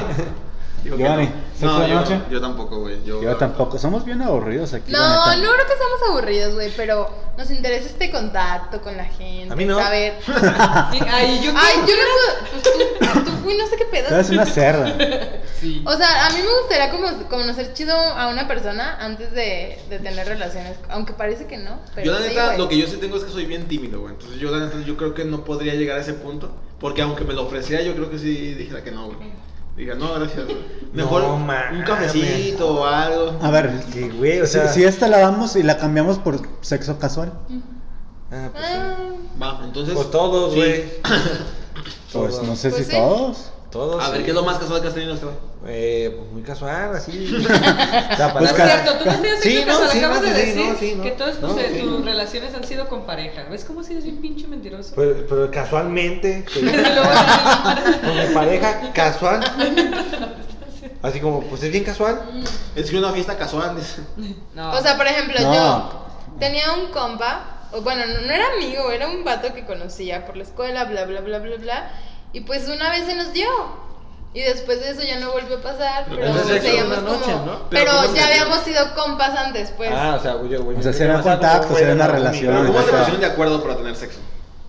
Speaker 3: Digo que
Speaker 4: Giovanni,
Speaker 3: no.
Speaker 4: ¿sexo
Speaker 3: No,
Speaker 4: de
Speaker 3: yo,
Speaker 4: noche?
Speaker 3: yo tampoco, güey. Yo,
Speaker 4: yo tampoco. Somos bien aburridos aquí. la
Speaker 2: No,
Speaker 4: neta.
Speaker 2: no creo que estamos aburridos, güey, pero nos interesa este contacto con la gente.
Speaker 7: A mí no.
Speaker 2: Saber.
Speaker 6: Sí, Ay, yo
Speaker 2: Ay, yo no puedo. pues tú, tú, güey, no sé qué
Speaker 4: Tú
Speaker 2: pedo.
Speaker 4: eres una cerda.
Speaker 6: Sí.
Speaker 2: O sea, a mí me gustaría como conocer chido a una persona antes de, de tener relaciones, aunque parece que no. Pero
Speaker 3: Yo la
Speaker 2: sí,
Speaker 3: neta,
Speaker 2: güey.
Speaker 3: lo que yo sí tengo es que soy bien tímido, güey. Entonces yo la neta, yo creo que no podría llegar a ese punto. Porque aunque me lo ofreciera, yo creo que sí dijera que no, güey. Diga, no, gracias. güey. Mejor
Speaker 7: No
Speaker 3: un
Speaker 7: mames.
Speaker 3: cafecito o algo.
Speaker 4: A ver,
Speaker 7: Sí, güey, o sea.
Speaker 4: si, si esta la damos y la cambiamos por sexo casual,
Speaker 7: Ah, pues, sí.
Speaker 2: Ah,
Speaker 3: Va, entonces.
Speaker 7: Pues todos,
Speaker 3: sí.
Speaker 7: güey.
Speaker 4: pues
Speaker 7: Todos.
Speaker 4: no sé
Speaker 2: Pues
Speaker 4: si
Speaker 2: sí.
Speaker 4: todos.
Speaker 7: Todos.
Speaker 3: A ver,
Speaker 7: sí.
Speaker 3: ¿qué es lo más casual que has tenido hasta ahora?
Speaker 7: Eh, pues muy casual, así. La palabra-
Speaker 6: Es cierto, tú no has tenido
Speaker 7: Sí,
Speaker 6: sexo
Speaker 7: no,
Speaker 6: casual,
Speaker 7: sí,
Speaker 6: acabas
Speaker 7: no,
Speaker 6: de
Speaker 7: sí,
Speaker 6: decir
Speaker 7: no, sí, no.
Speaker 6: que todas tus,
Speaker 7: No,
Speaker 6: eh,
Speaker 7: sí.
Speaker 6: tus relaciones han sido con pareja. ¿Ves cómo si eres bien pinche mentiroso?
Speaker 7: Pero, pero casualmente, te digo,
Speaker 6: Desde luego,
Speaker 7: con mi pareja, casual. Así como, pues es bien casual.
Speaker 3: Es que una fiesta casual. dice.
Speaker 6: no.
Speaker 2: O sea, por ejemplo,
Speaker 4: No.
Speaker 2: yo tenía un compa, o bueno, no, no era amigo, era un vato que conocía por la escuela, bla, bla, bla, bla, bla. Y pues una vez se nos dio. Y después de eso ya no volvió a pasar,
Speaker 3: Pero
Speaker 2: pero
Speaker 3: eso es
Speaker 2: nos
Speaker 3: sexo de
Speaker 2: seguíamos
Speaker 7: una noche,
Speaker 2: como.
Speaker 7: ¿no?
Speaker 3: Pero
Speaker 2: Pero,
Speaker 3: ¿cómo se
Speaker 2: ya
Speaker 3: dio?
Speaker 2: habíamos sido compas antes, pues.
Speaker 7: Ah, o sea, güey, yo, güey.
Speaker 4: O sea,
Speaker 7: yo
Speaker 4: sería
Speaker 7: me acuerdo,
Speaker 4: contacto,
Speaker 7: güey,
Speaker 4: sería una
Speaker 7: no,
Speaker 4: relación.
Speaker 7: mi-
Speaker 3: Pero ¿cómo se
Speaker 4: Ajá.
Speaker 3: pusieron de acuerdo para tener sexo?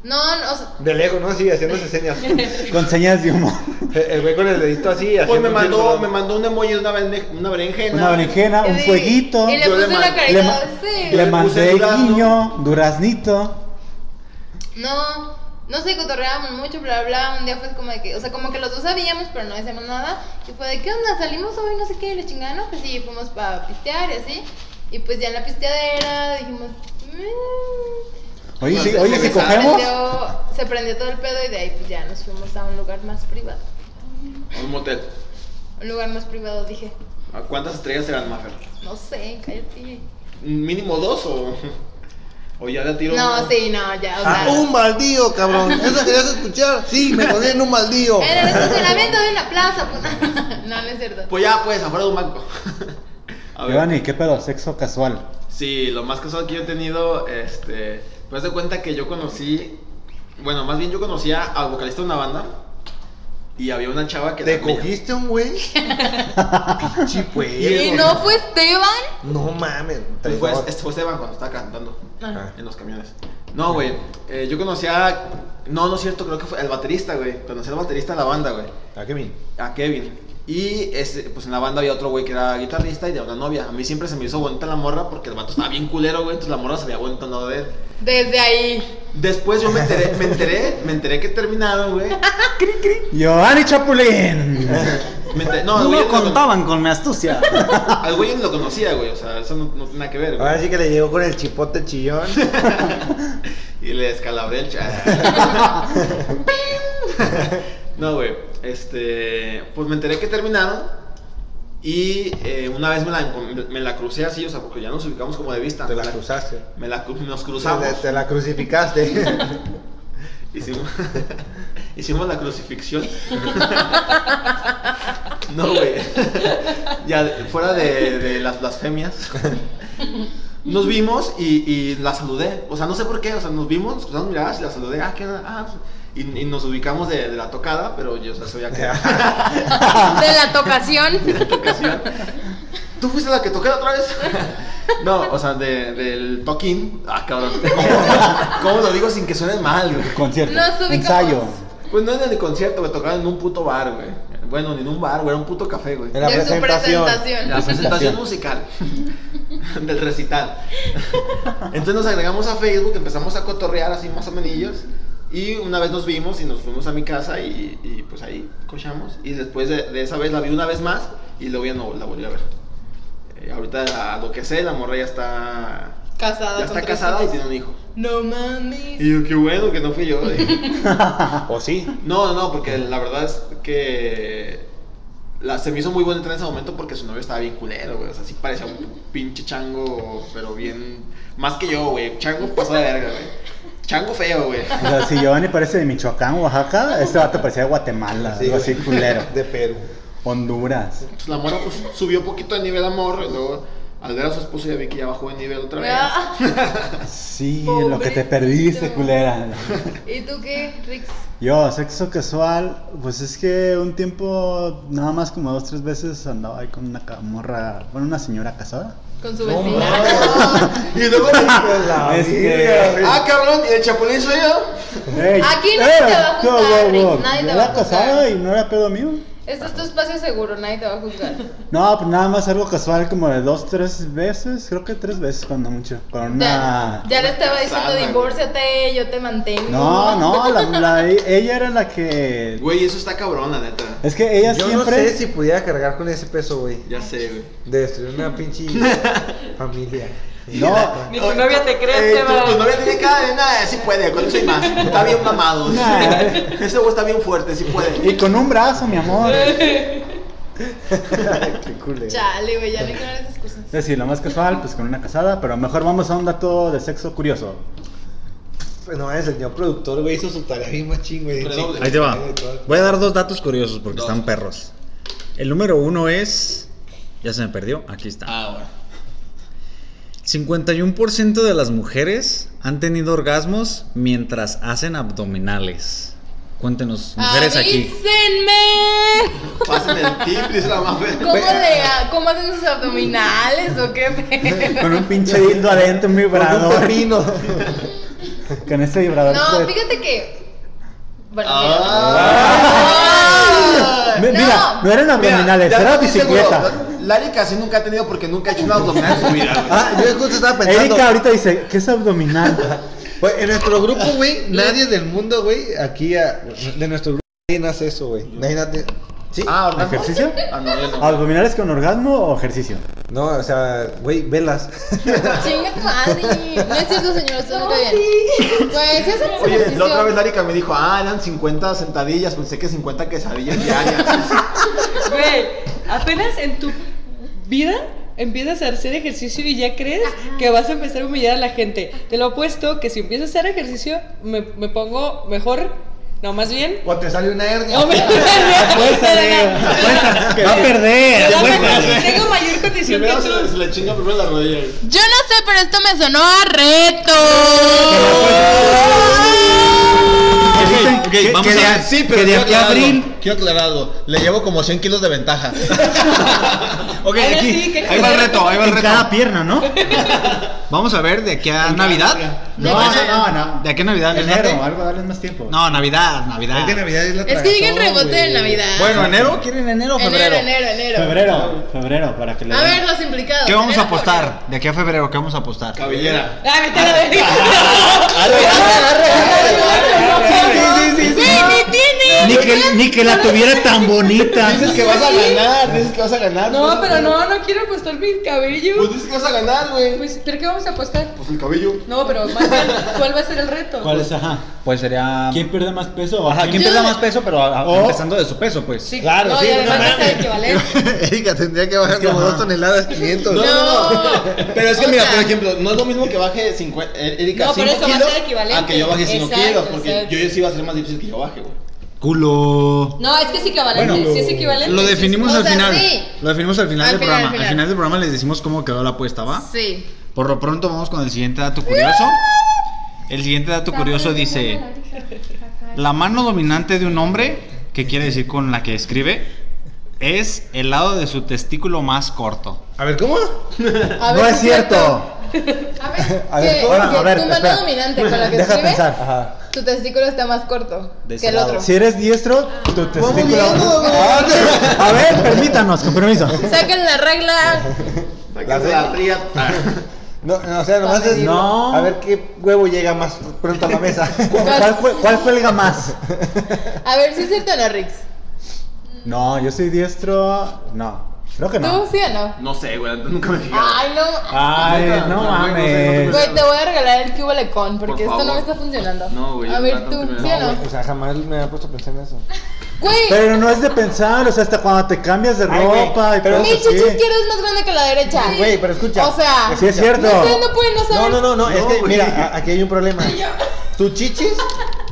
Speaker 2: No, no, o sea,
Speaker 7: De lego, ¿no? Así, haciéndose señas. Eh,
Speaker 4: Con señas de humo.
Speaker 7: El el güey con el dedito así.
Speaker 3: Pues me
Speaker 7: haciendo un
Speaker 3: mandó,
Speaker 7: círculo.
Speaker 3: me mandó un emoji de una, berne- una berenjena.
Speaker 4: Una berenjena, un
Speaker 2: Sí.
Speaker 4: fueguito.
Speaker 2: Y le
Speaker 3: Yo le
Speaker 2: puse una
Speaker 3: man-
Speaker 4: Le,
Speaker 2: carita.
Speaker 4: ma-
Speaker 2: sí.
Speaker 4: le
Speaker 3: puse
Speaker 4: mandé
Speaker 3: durazno.
Speaker 4: guiño, duraznito.
Speaker 2: No, no sé, cotorreábamos mucho, bla, bla. Un día fue como de que, o sea, como que los dos sabíamos, pero no decíamos nada. Y fue de, ¿qué onda? Salimos hoy, no sé qué, y la chingada, ¿no? Pues sí, fuimos para pistear y así. Y pues ya en la pisteadera dijimos, "Mm".
Speaker 4: Oye, sí,
Speaker 3: Entonces,
Speaker 4: oye,
Speaker 2: Como que
Speaker 4: si
Speaker 3: ¿sí
Speaker 2: se
Speaker 4: cogemos.
Speaker 2: prendió- se prendió todo el pedo y de ahí pues ya nos fuimos a un lugar más privado.
Speaker 3: A Un motel.
Speaker 2: Un lugar más privado, dije,
Speaker 3: ¿A ¿Cuántas estrellas eran, Maffer?
Speaker 2: no sé, cállate.
Speaker 3: ¿Mínimo dos o.? O ya le tiro.
Speaker 2: No,
Speaker 3: una?
Speaker 2: sí, no, ya, o sea.
Speaker 5: Ah, un baldío, cabrón. ¿Eso querías escuchar? Sí, me poní en un baldío.
Speaker 6: Eh,
Speaker 2: En el estacionamiento de una plaza, puta. No, no es cierto.
Speaker 3: Pues ya, pues, afuera de un banco. A ver.
Speaker 4: Giovanni, ¿qué pedo? Sexo casual.
Speaker 3: Sí, lo más casual que yo he tenido, este. Pues de cuenta que yo conocí. Bueno, más bien yo conocía al vocalista de una banda. Y había una chava que.
Speaker 5: ¿Te
Speaker 3: también-
Speaker 5: cogiste a un güey? Pinche pues.
Speaker 2: Y no fue Esteban.
Speaker 7: No mames.
Speaker 3: Pues fue,
Speaker 7: traidor.
Speaker 3: este fue Esteban cuando estaba cantando.
Speaker 7: Ah.
Speaker 3: En los camiones. No, güey. eh, yo conocía. No, no es cierto, creo que fue el baterista, güey. Conocí al baterista de la banda, güey.
Speaker 7: ¿A qué vino?
Speaker 3: a Kevin. Y este, pues en la banda había otro güey que era guitarrista y de una novia. A mí siempre se me hizo bonita la morra porque el vato estaba bien culero, güey. Entonces la morra se veía bonita al lado de él.
Speaker 2: Desde ahí.
Speaker 3: Después yo me enteré, me enteré, me enteré que terminaron, güey.
Speaker 4: Giovanni Chapulín.
Speaker 3: Me enteré- no, al güey
Speaker 12: No
Speaker 3: lo cono-
Speaker 12: contaban con mi astucia.
Speaker 3: al güey lo conocía, güey. O sea, eso no, no tiene nada que ver, güey.
Speaker 7: Ahora sí que le llegó con el chipote chillón.
Speaker 3: Y le descalabré el chat. no, güey. Este. Pues me enteré que terminaron. Y eh, una vez me la, encon- me la crucé así, o sea, porque ya nos ubicamos como de vista.
Speaker 7: Te
Speaker 3: Me
Speaker 7: la cruzaste.
Speaker 3: Me la cru- nos cruzamos.
Speaker 5: Te, te la crucificaste.
Speaker 3: Hicimos, hicimos la crucifixión. no, güey. ya, fuera de, de las blasfemias. Nos vimos y, y la saludé. O sea, no sé por qué. O sea, nos vimos, nos cruzamos miradas y la saludé. Ah, qué onda, ah, y, y nos ubicamos de, de la tocada, pero yo o sea, sabía que era
Speaker 2: De la tocación.
Speaker 3: la tocación. ¿Tú fuiste la que toqué la otra vez? No, o sea, de- del toquín. Ah, cabrón. ¿Cómo lo digo sin que suene mal, güey?
Speaker 12: Concierto.
Speaker 2: Nos ubicamos.
Speaker 12: ensayo.
Speaker 3: Pues no era ni concierto, me tocaban en un puto bar, güey. Bueno, ni en un bar, güey, era un puto café, güey.
Speaker 5: En la
Speaker 2: de su
Speaker 5: presentación.
Speaker 2: presentación.
Speaker 3: La presentación musical del recital. Entonces nos agregamos a Facebook, empezamos a cotorrear así más o menos. Y una vez nos vimos y nos fuimos a mi casa y, y, pues ahí cochamos. Y después de, de esa vez la vi una vez más y luego ya no la volví a ver. Eh, ahorita, a lo que sé, la morra ya está,
Speaker 2: Casada con
Speaker 3: ya está
Speaker 2: tres
Speaker 3: casada y
Speaker 2: hijos.
Speaker 3: tiene un hijo.
Speaker 2: No mames.
Speaker 3: Y yo, qué bueno que no fui yo. dije.
Speaker 7: ¿O sí?
Speaker 3: No, no, no, porque la verdad es que la, se me hizo muy bonita en ese momento porque su novio estaba bien culero, güey. O sea, sí parecía un pinche chango, pero bien. Más que yo, güey. Chango pasó de verga, güey. Chango feo, güey.
Speaker 4: O sea, si Giovanni parece de Michoacán, Oaxaca, este vato parecía de Guatemala,
Speaker 5: Sí,
Speaker 4: algo así
Speaker 5: güey.
Speaker 4: culero.
Speaker 5: De Perú.
Speaker 4: Honduras.
Speaker 3: Pues la morra pues, subió poquito de nivel amor, y luego al ver a su esposo ya vi que ya bajó de nivel otra vez.
Speaker 2: Ah,
Speaker 4: Sí,
Speaker 2: Pobrecito.
Speaker 4: lo que te perdiste, culera.
Speaker 2: ¿Y tú qué, Rix?
Speaker 4: Yo, sexo casual, pues es que un tiempo, nada más como dos, tres veces andaba ahí con una camorra, bueno, una señora casada.
Speaker 2: Con su
Speaker 7: Pues
Speaker 5: No,
Speaker 2: vecina.
Speaker 3: Y luego.
Speaker 5: La
Speaker 4: Es que-
Speaker 5: virga, güey.
Speaker 3: ¡Ah, cabrón! ¿Y el chapulín soy yo?
Speaker 4: Ey,
Speaker 2: Aquí nadie te va a
Speaker 4: tú,
Speaker 2: juzgar,
Speaker 4: wow, wow,
Speaker 2: Rick, nadie te
Speaker 4: yo
Speaker 2: va a
Speaker 4: era casado
Speaker 2: juzgar.
Speaker 4: y no era pedo mío.
Speaker 2: Este es tu espacio seguro, nadie te va a juzgar.
Speaker 4: No, pues nada más algo casual como de dos, tres veces, creo que tres veces cuando mucho, con una...
Speaker 2: Ya, ya le estaba diciendo,
Speaker 3: Sana,
Speaker 2: divórciate, yo te mantengo.
Speaker 4: No, no, la- la- ella era la que...
Speaker 3: Güey, eso está cabrón, la neta.
Speaker 4: Es que ella
Speaker 7: Yo no
Speaker 4: siempre...
Speaker 7: sé si pudiera cargar con ese peso, güey.
Speaker 3: Ya sé, güey.
Speaker 7: De destruir una pinche familia.
Speaker 4: No,
Speaker 6: Ni tu novia te cree,
Speaker 3: Eh,
Speaker 6: Esteban.
Speaker 3: tu, tu novia tiene cara de nada, sí puede, con eso y más. Está bien mamado.
Speaker 4: Nah.
Speaker 3: Ese güey está bien fuerte, sí puede.
Speaker 4: Y con un brazo, mi amor.
Speaker 5: Qué culero.
Speaker 2: Chale, güey, ya no ignoras esas cosas.
Speaker 4: Es decir, lo más casual, pues con una casada, pero mejor vamos a un dato de sexo curioso.
Speaker 5: No, el señor productor, güey, hizo su tarea bien machín, güey.
Speaker 3: Redoble.
Speaker 12: Ahí te va. Voy a dar dos datos curiosos porque
Speaker 3: Dos.
Speaker 12: están perros. El número uno es. Ya se me perdió. Aquí está.
Speaker 3: Ah, bueno.
Speaker 12: 51% de las mujeres han tenido orgasmos mientras hacen abdominales. Cuéntenos,
Speaker 2: Ah,
Speaker 12: mujeres aquí.
Speaker 2: ¡Avísenme!
Speaker 3: Pasen el tip, dice la más
Speaker 2: ¿Cómo, le, ha- ¿Cómo hacen sus abdominales o qué pedo?
Speaker 4: Con un pinche dildo adentro, un
Speaker 5: Con un
Speaker 4: vibrador.
Speaker 5: pepino.
Speaker 4: Con ese vibrador.
Speaker 2: No,
Speaker 4: de-
Speaker 2: fíjate que. Bueno,
Speaker 3: Ah.
Speaker 2: mira.
Speaker 4: Me- Mira, no eran abdominales, era bicicleta.
Speaker 3: Lari casi nunca ha tenido porque nunca ha hecho una abdominal en su vida. güey.
Speaker 5: Ah, yo justo estaba pensando.
Speaker 4: Erika ahorita dice, ¿qué es abdominal?
Speaker 5: Güey, en nuestro grupo, güey, nadie del mundo, güey, aquí, ah, de nuestro grupo, nadie nace eso, güey. Nadie nace. ¿Sí?
Speaker 3: Ah, ¿orgasmo?
Speaker 4: ¿Ejercicio?
Speaker 3: Ah, no, yo no.
Speaker 4: ¿Abdominales con orgasmo o ejercicio?
Speaker 7: No, o sea, güey, velas.
Speaker 2: Chinga tu madre. No es cierto, señor, usted no está bien. Pues, ¿qué hacen
Speaker 3: Oye, la otra vez Larica me dijo, ah, eran 50 sentadillas, pensé que 50 quesadillas diarias.
Speaker 6: Güey, apenas en tu vida empiezas a hacer ejercicio y ya crees que vas a empezar a humillar a la gente. Te lo apuesto que si empiezo a hacer ejercicio, me, me pongo mejor. No, más bien.
Speaker 3: O te sale una hernia.
Speaker 6: No, me-
Speaker 4: Va a perder.
Speaker 6: Ya me- Tengo mayor condición que
Speaker 3: Primero se, le- se
Speaker 6: tú.
Speaker 3: le chinga primero la rodilla. güey.
Speaker 2: Yo no sé, pero esto me sonó a reto.
Speaker 12: Ok, ok, vamos a ver. Que de aquí a abril.
Speaker 5: Quiero aclarar algo. Le llevo como 100 kilos de ventaja.
Speaker 12: Ok,
Speaker 6: Ahora
Speaker 12: aquí.
Speaker 6: sí, que-
Speaker 12: ahí va el reto, ahí va el
Speaker 4: En
Speaker 12: reto.
Speaker 4: cada pierna, ¿no?
Speaker 12: Vamos a ver de aquí a Navidad.
Speaker 4: No, no, no, no.
Speaker 12: De aquí a Navidad, ¿les late?
Speaker 4: Enero, algo, darles más tiempo.
Speaker 12: No, Navidad, Navidad.
Speaker 5: Navidad es la
Speaker 2: Es que llega el
Speaker 5: tragazón,
Speaker 2: rebote de
Speaker 5: güey.
Speaker 2: Navidad.
Speaker 12: Bueno, enero, ¿quieren enero o febrero?
Speaker 2: enero, enero, enero.
Speaker 4: Febrero, febrero, para que le
Speaker 2: A
Speaker 4: den.
Speaker 2: ver, los implicados.
Speaker 12: ¿Qué vamos a
Speaker 2: Enero,
Speaker 12: apostar? De aquí a febrero, ¿qué vamos a apostar?
Speaker 3: Cabellera.
Speaker 6: Ah, vete a la verga.
Speaker 5: Arre, arre, arre, arre, arre.
Speaker 2: febrero. ¡Güey, me tiene!
Speaker 12: Ni que, ni que la tuviera tan bonita.
Speaker 3: Dices que vas a ganar, dices que vas a ganar.
Speaker 6: No, pero no, no quiero apostar mi
Speaker 3: Pues
Speaker 6: cabello.
Speaker 3: dices que vas a ganar, güey.
Speaker 6: Pues, ¿pero qué vamos a apostar?
Speaker 3: Pues el cabello.
Speaker 6: No, pero más bien, ¿cuál va a ser el reto?
Speaker 4: ¿Cuál es? Ajá.
Speaker 12: Pues sería.
Speaker 4: ¿Quién pierde más peso?
Speaker 12: Ajá, ¿quién
Speaker 6: Yo-
Speaker 12: pesa más peso? Pero a- a-
Speaker 4: O-
Speaker 12: empezando de su peso, pues.
Speaker 6: Sí,
Speaker 7: Claro,
Speaker 6: no,
Speaker 7: sí,
Speaker 6: y además
Speaker 7: no
Speaker 6: no
Speaker 7: mames.
Speaker 6: sabe equivalente.
Speaker 3: Erika tendría que bajar como dos toneladas 500.
Speaker 6: No, no, no.
Speaker 3: Pero es que
Speaker 6: O
Speaker 3: mira,
Speaker 6: sea-
Speaker 3: por ejemplo, no es lo mismo que baje 50, eh, Erika
Speaker 6: No, pero
Speaker 3: 5
Speaker 6: eso va a
Speaker 3: kilos
Speaker 6: ser equivalente.
Speaker 3: a que yo baje 5
Speaker 6: Exacto,
Speaker 3: kilos, porque
Speaker 6: exacto.
Speaker 3: yo sí va a ser más difícil que yo baje, güey.
Speaker 12: Culo.
Speaker 6: No, es que es equivalente,
Speaker 12: Bueno,
Speaker 6: sí es equivalente.
Speaker 12: Lo
Speaker 6: sí, sí.
Speaker 12: definimos
Speaker 2: O
Speaker 12: al
Speaker 2: sea,
Speaker 12: final.
Speaker 2: sí.
Speaker 12: Lo definimos al final
Speaker 2: Al
Speaker 12: del
Speaker 2: final, al
Speaker 12: programa.
Speaker 2: final.
Speaker 12: Al final del programa les decimos cómo quedó la apuesta, ¿va?
Speaker 2: Sí.
Speaker 12: Por lo pronto vamos con el siguiente dato curioso. El siguiente dato curioso dice, la mano dominante de un hombre, que quiere decir con la que escribe, es el lado de su testículo más corto.
Speaker 7: A ver, ¿cómo?
Speaker 2: A
Speaker 7: no
Speaker 2: ver,
Speaker 7: es
Speaker 2: ¿sí
Speaker 7: cierto.
Speaker 2: A ver,
Speaker 7: A ver,
Speaker 2: que-
Speaker 7: ahora,
Speaker 2: que
Speaker 7: a ver,
Speaker 2: tu mano
Speaker 7: espera.
Speaker 2: dominante con la que
Speaker 7: Deja
Speaker 2: escribe,
Speaker 7: pensar. Ajá.
Speaker 2: tu testículo está más corto
Speaker 12: De
Speaker 2: que
Speaker 12: ese
Speaker 2: el
Speaker 12: lado.
Speaker 2: otro.
Speaker 4: Si eres diestro, tu testículo.
Speaker 7: viendo, güey.
Speaker 4: A ver, permítanos, con permiso.
Speaker 2: Saquen la regla.
Speaker 3: La triata.
Speaker 7: No, no, o sea, nomás es.
Speaker 4: No.
Speaker 7: A ver qué huevo llega más pronto a la mesa.
Speaker 4: ¿Cuál, cuel- cuál cuelga más?
Speaker 2: A ver si es cierto o no, Rix.
Speaker 4: No, yo soy diestro. No, creo que no.
Speaker 2: ¿Tú sí o no?
Speaker 3: No sé, güey, nunca me fijé.
Speaker 2: Ay, no.
Speaker 4: Ay, no mames.
Speaker 2: Güey, te voy a regalar el cubo con porque
Speaker 3: Por
Speaker 2: esto no me
Speaker 3: favor.
Speaker 2: está funcionando.
Speaker 3: No, güey,
Speaker 2: A
Speaker 3: yo
Speaker 2: ver,
Speaker 3: tanto
Speaker 2: tú,
Speaker 3: que me-
Speaker 2: ¿sí o
Speaker 3: no,
Speaker 2: no?
Speaker 7: O sea, jamás me había puesto a pensar en eso.
Speaker 2: Güey,
Speaker 4: Pero no es de pensar, o sea, hasta cuando te cambias de
Speaker 7: Ay, güey,
Speaker 4: ropa y
Speaker 7: pero-
Speaker 4: todo
Speaker 2: mi
Speaker 4: eso,
Speaker 2: chicha
Speaker 4: sí.
Speaker 2: izquierda es más grande que la derecha.
Speaker 7: Güey, pero escucha.
Speaker 2: O sea,
Speaker 4: Sí, es cierto.
Speaker 2: ustedes no pueden no
Speaker 7: No,
Speaker 2: saber.
Speaker 7: no, no, no, es
Speaker 3: No,
Speaker 7: que
Speaker 3: güey.
Speaker 7: mira, a- aquí hay un problema. Tus chichis,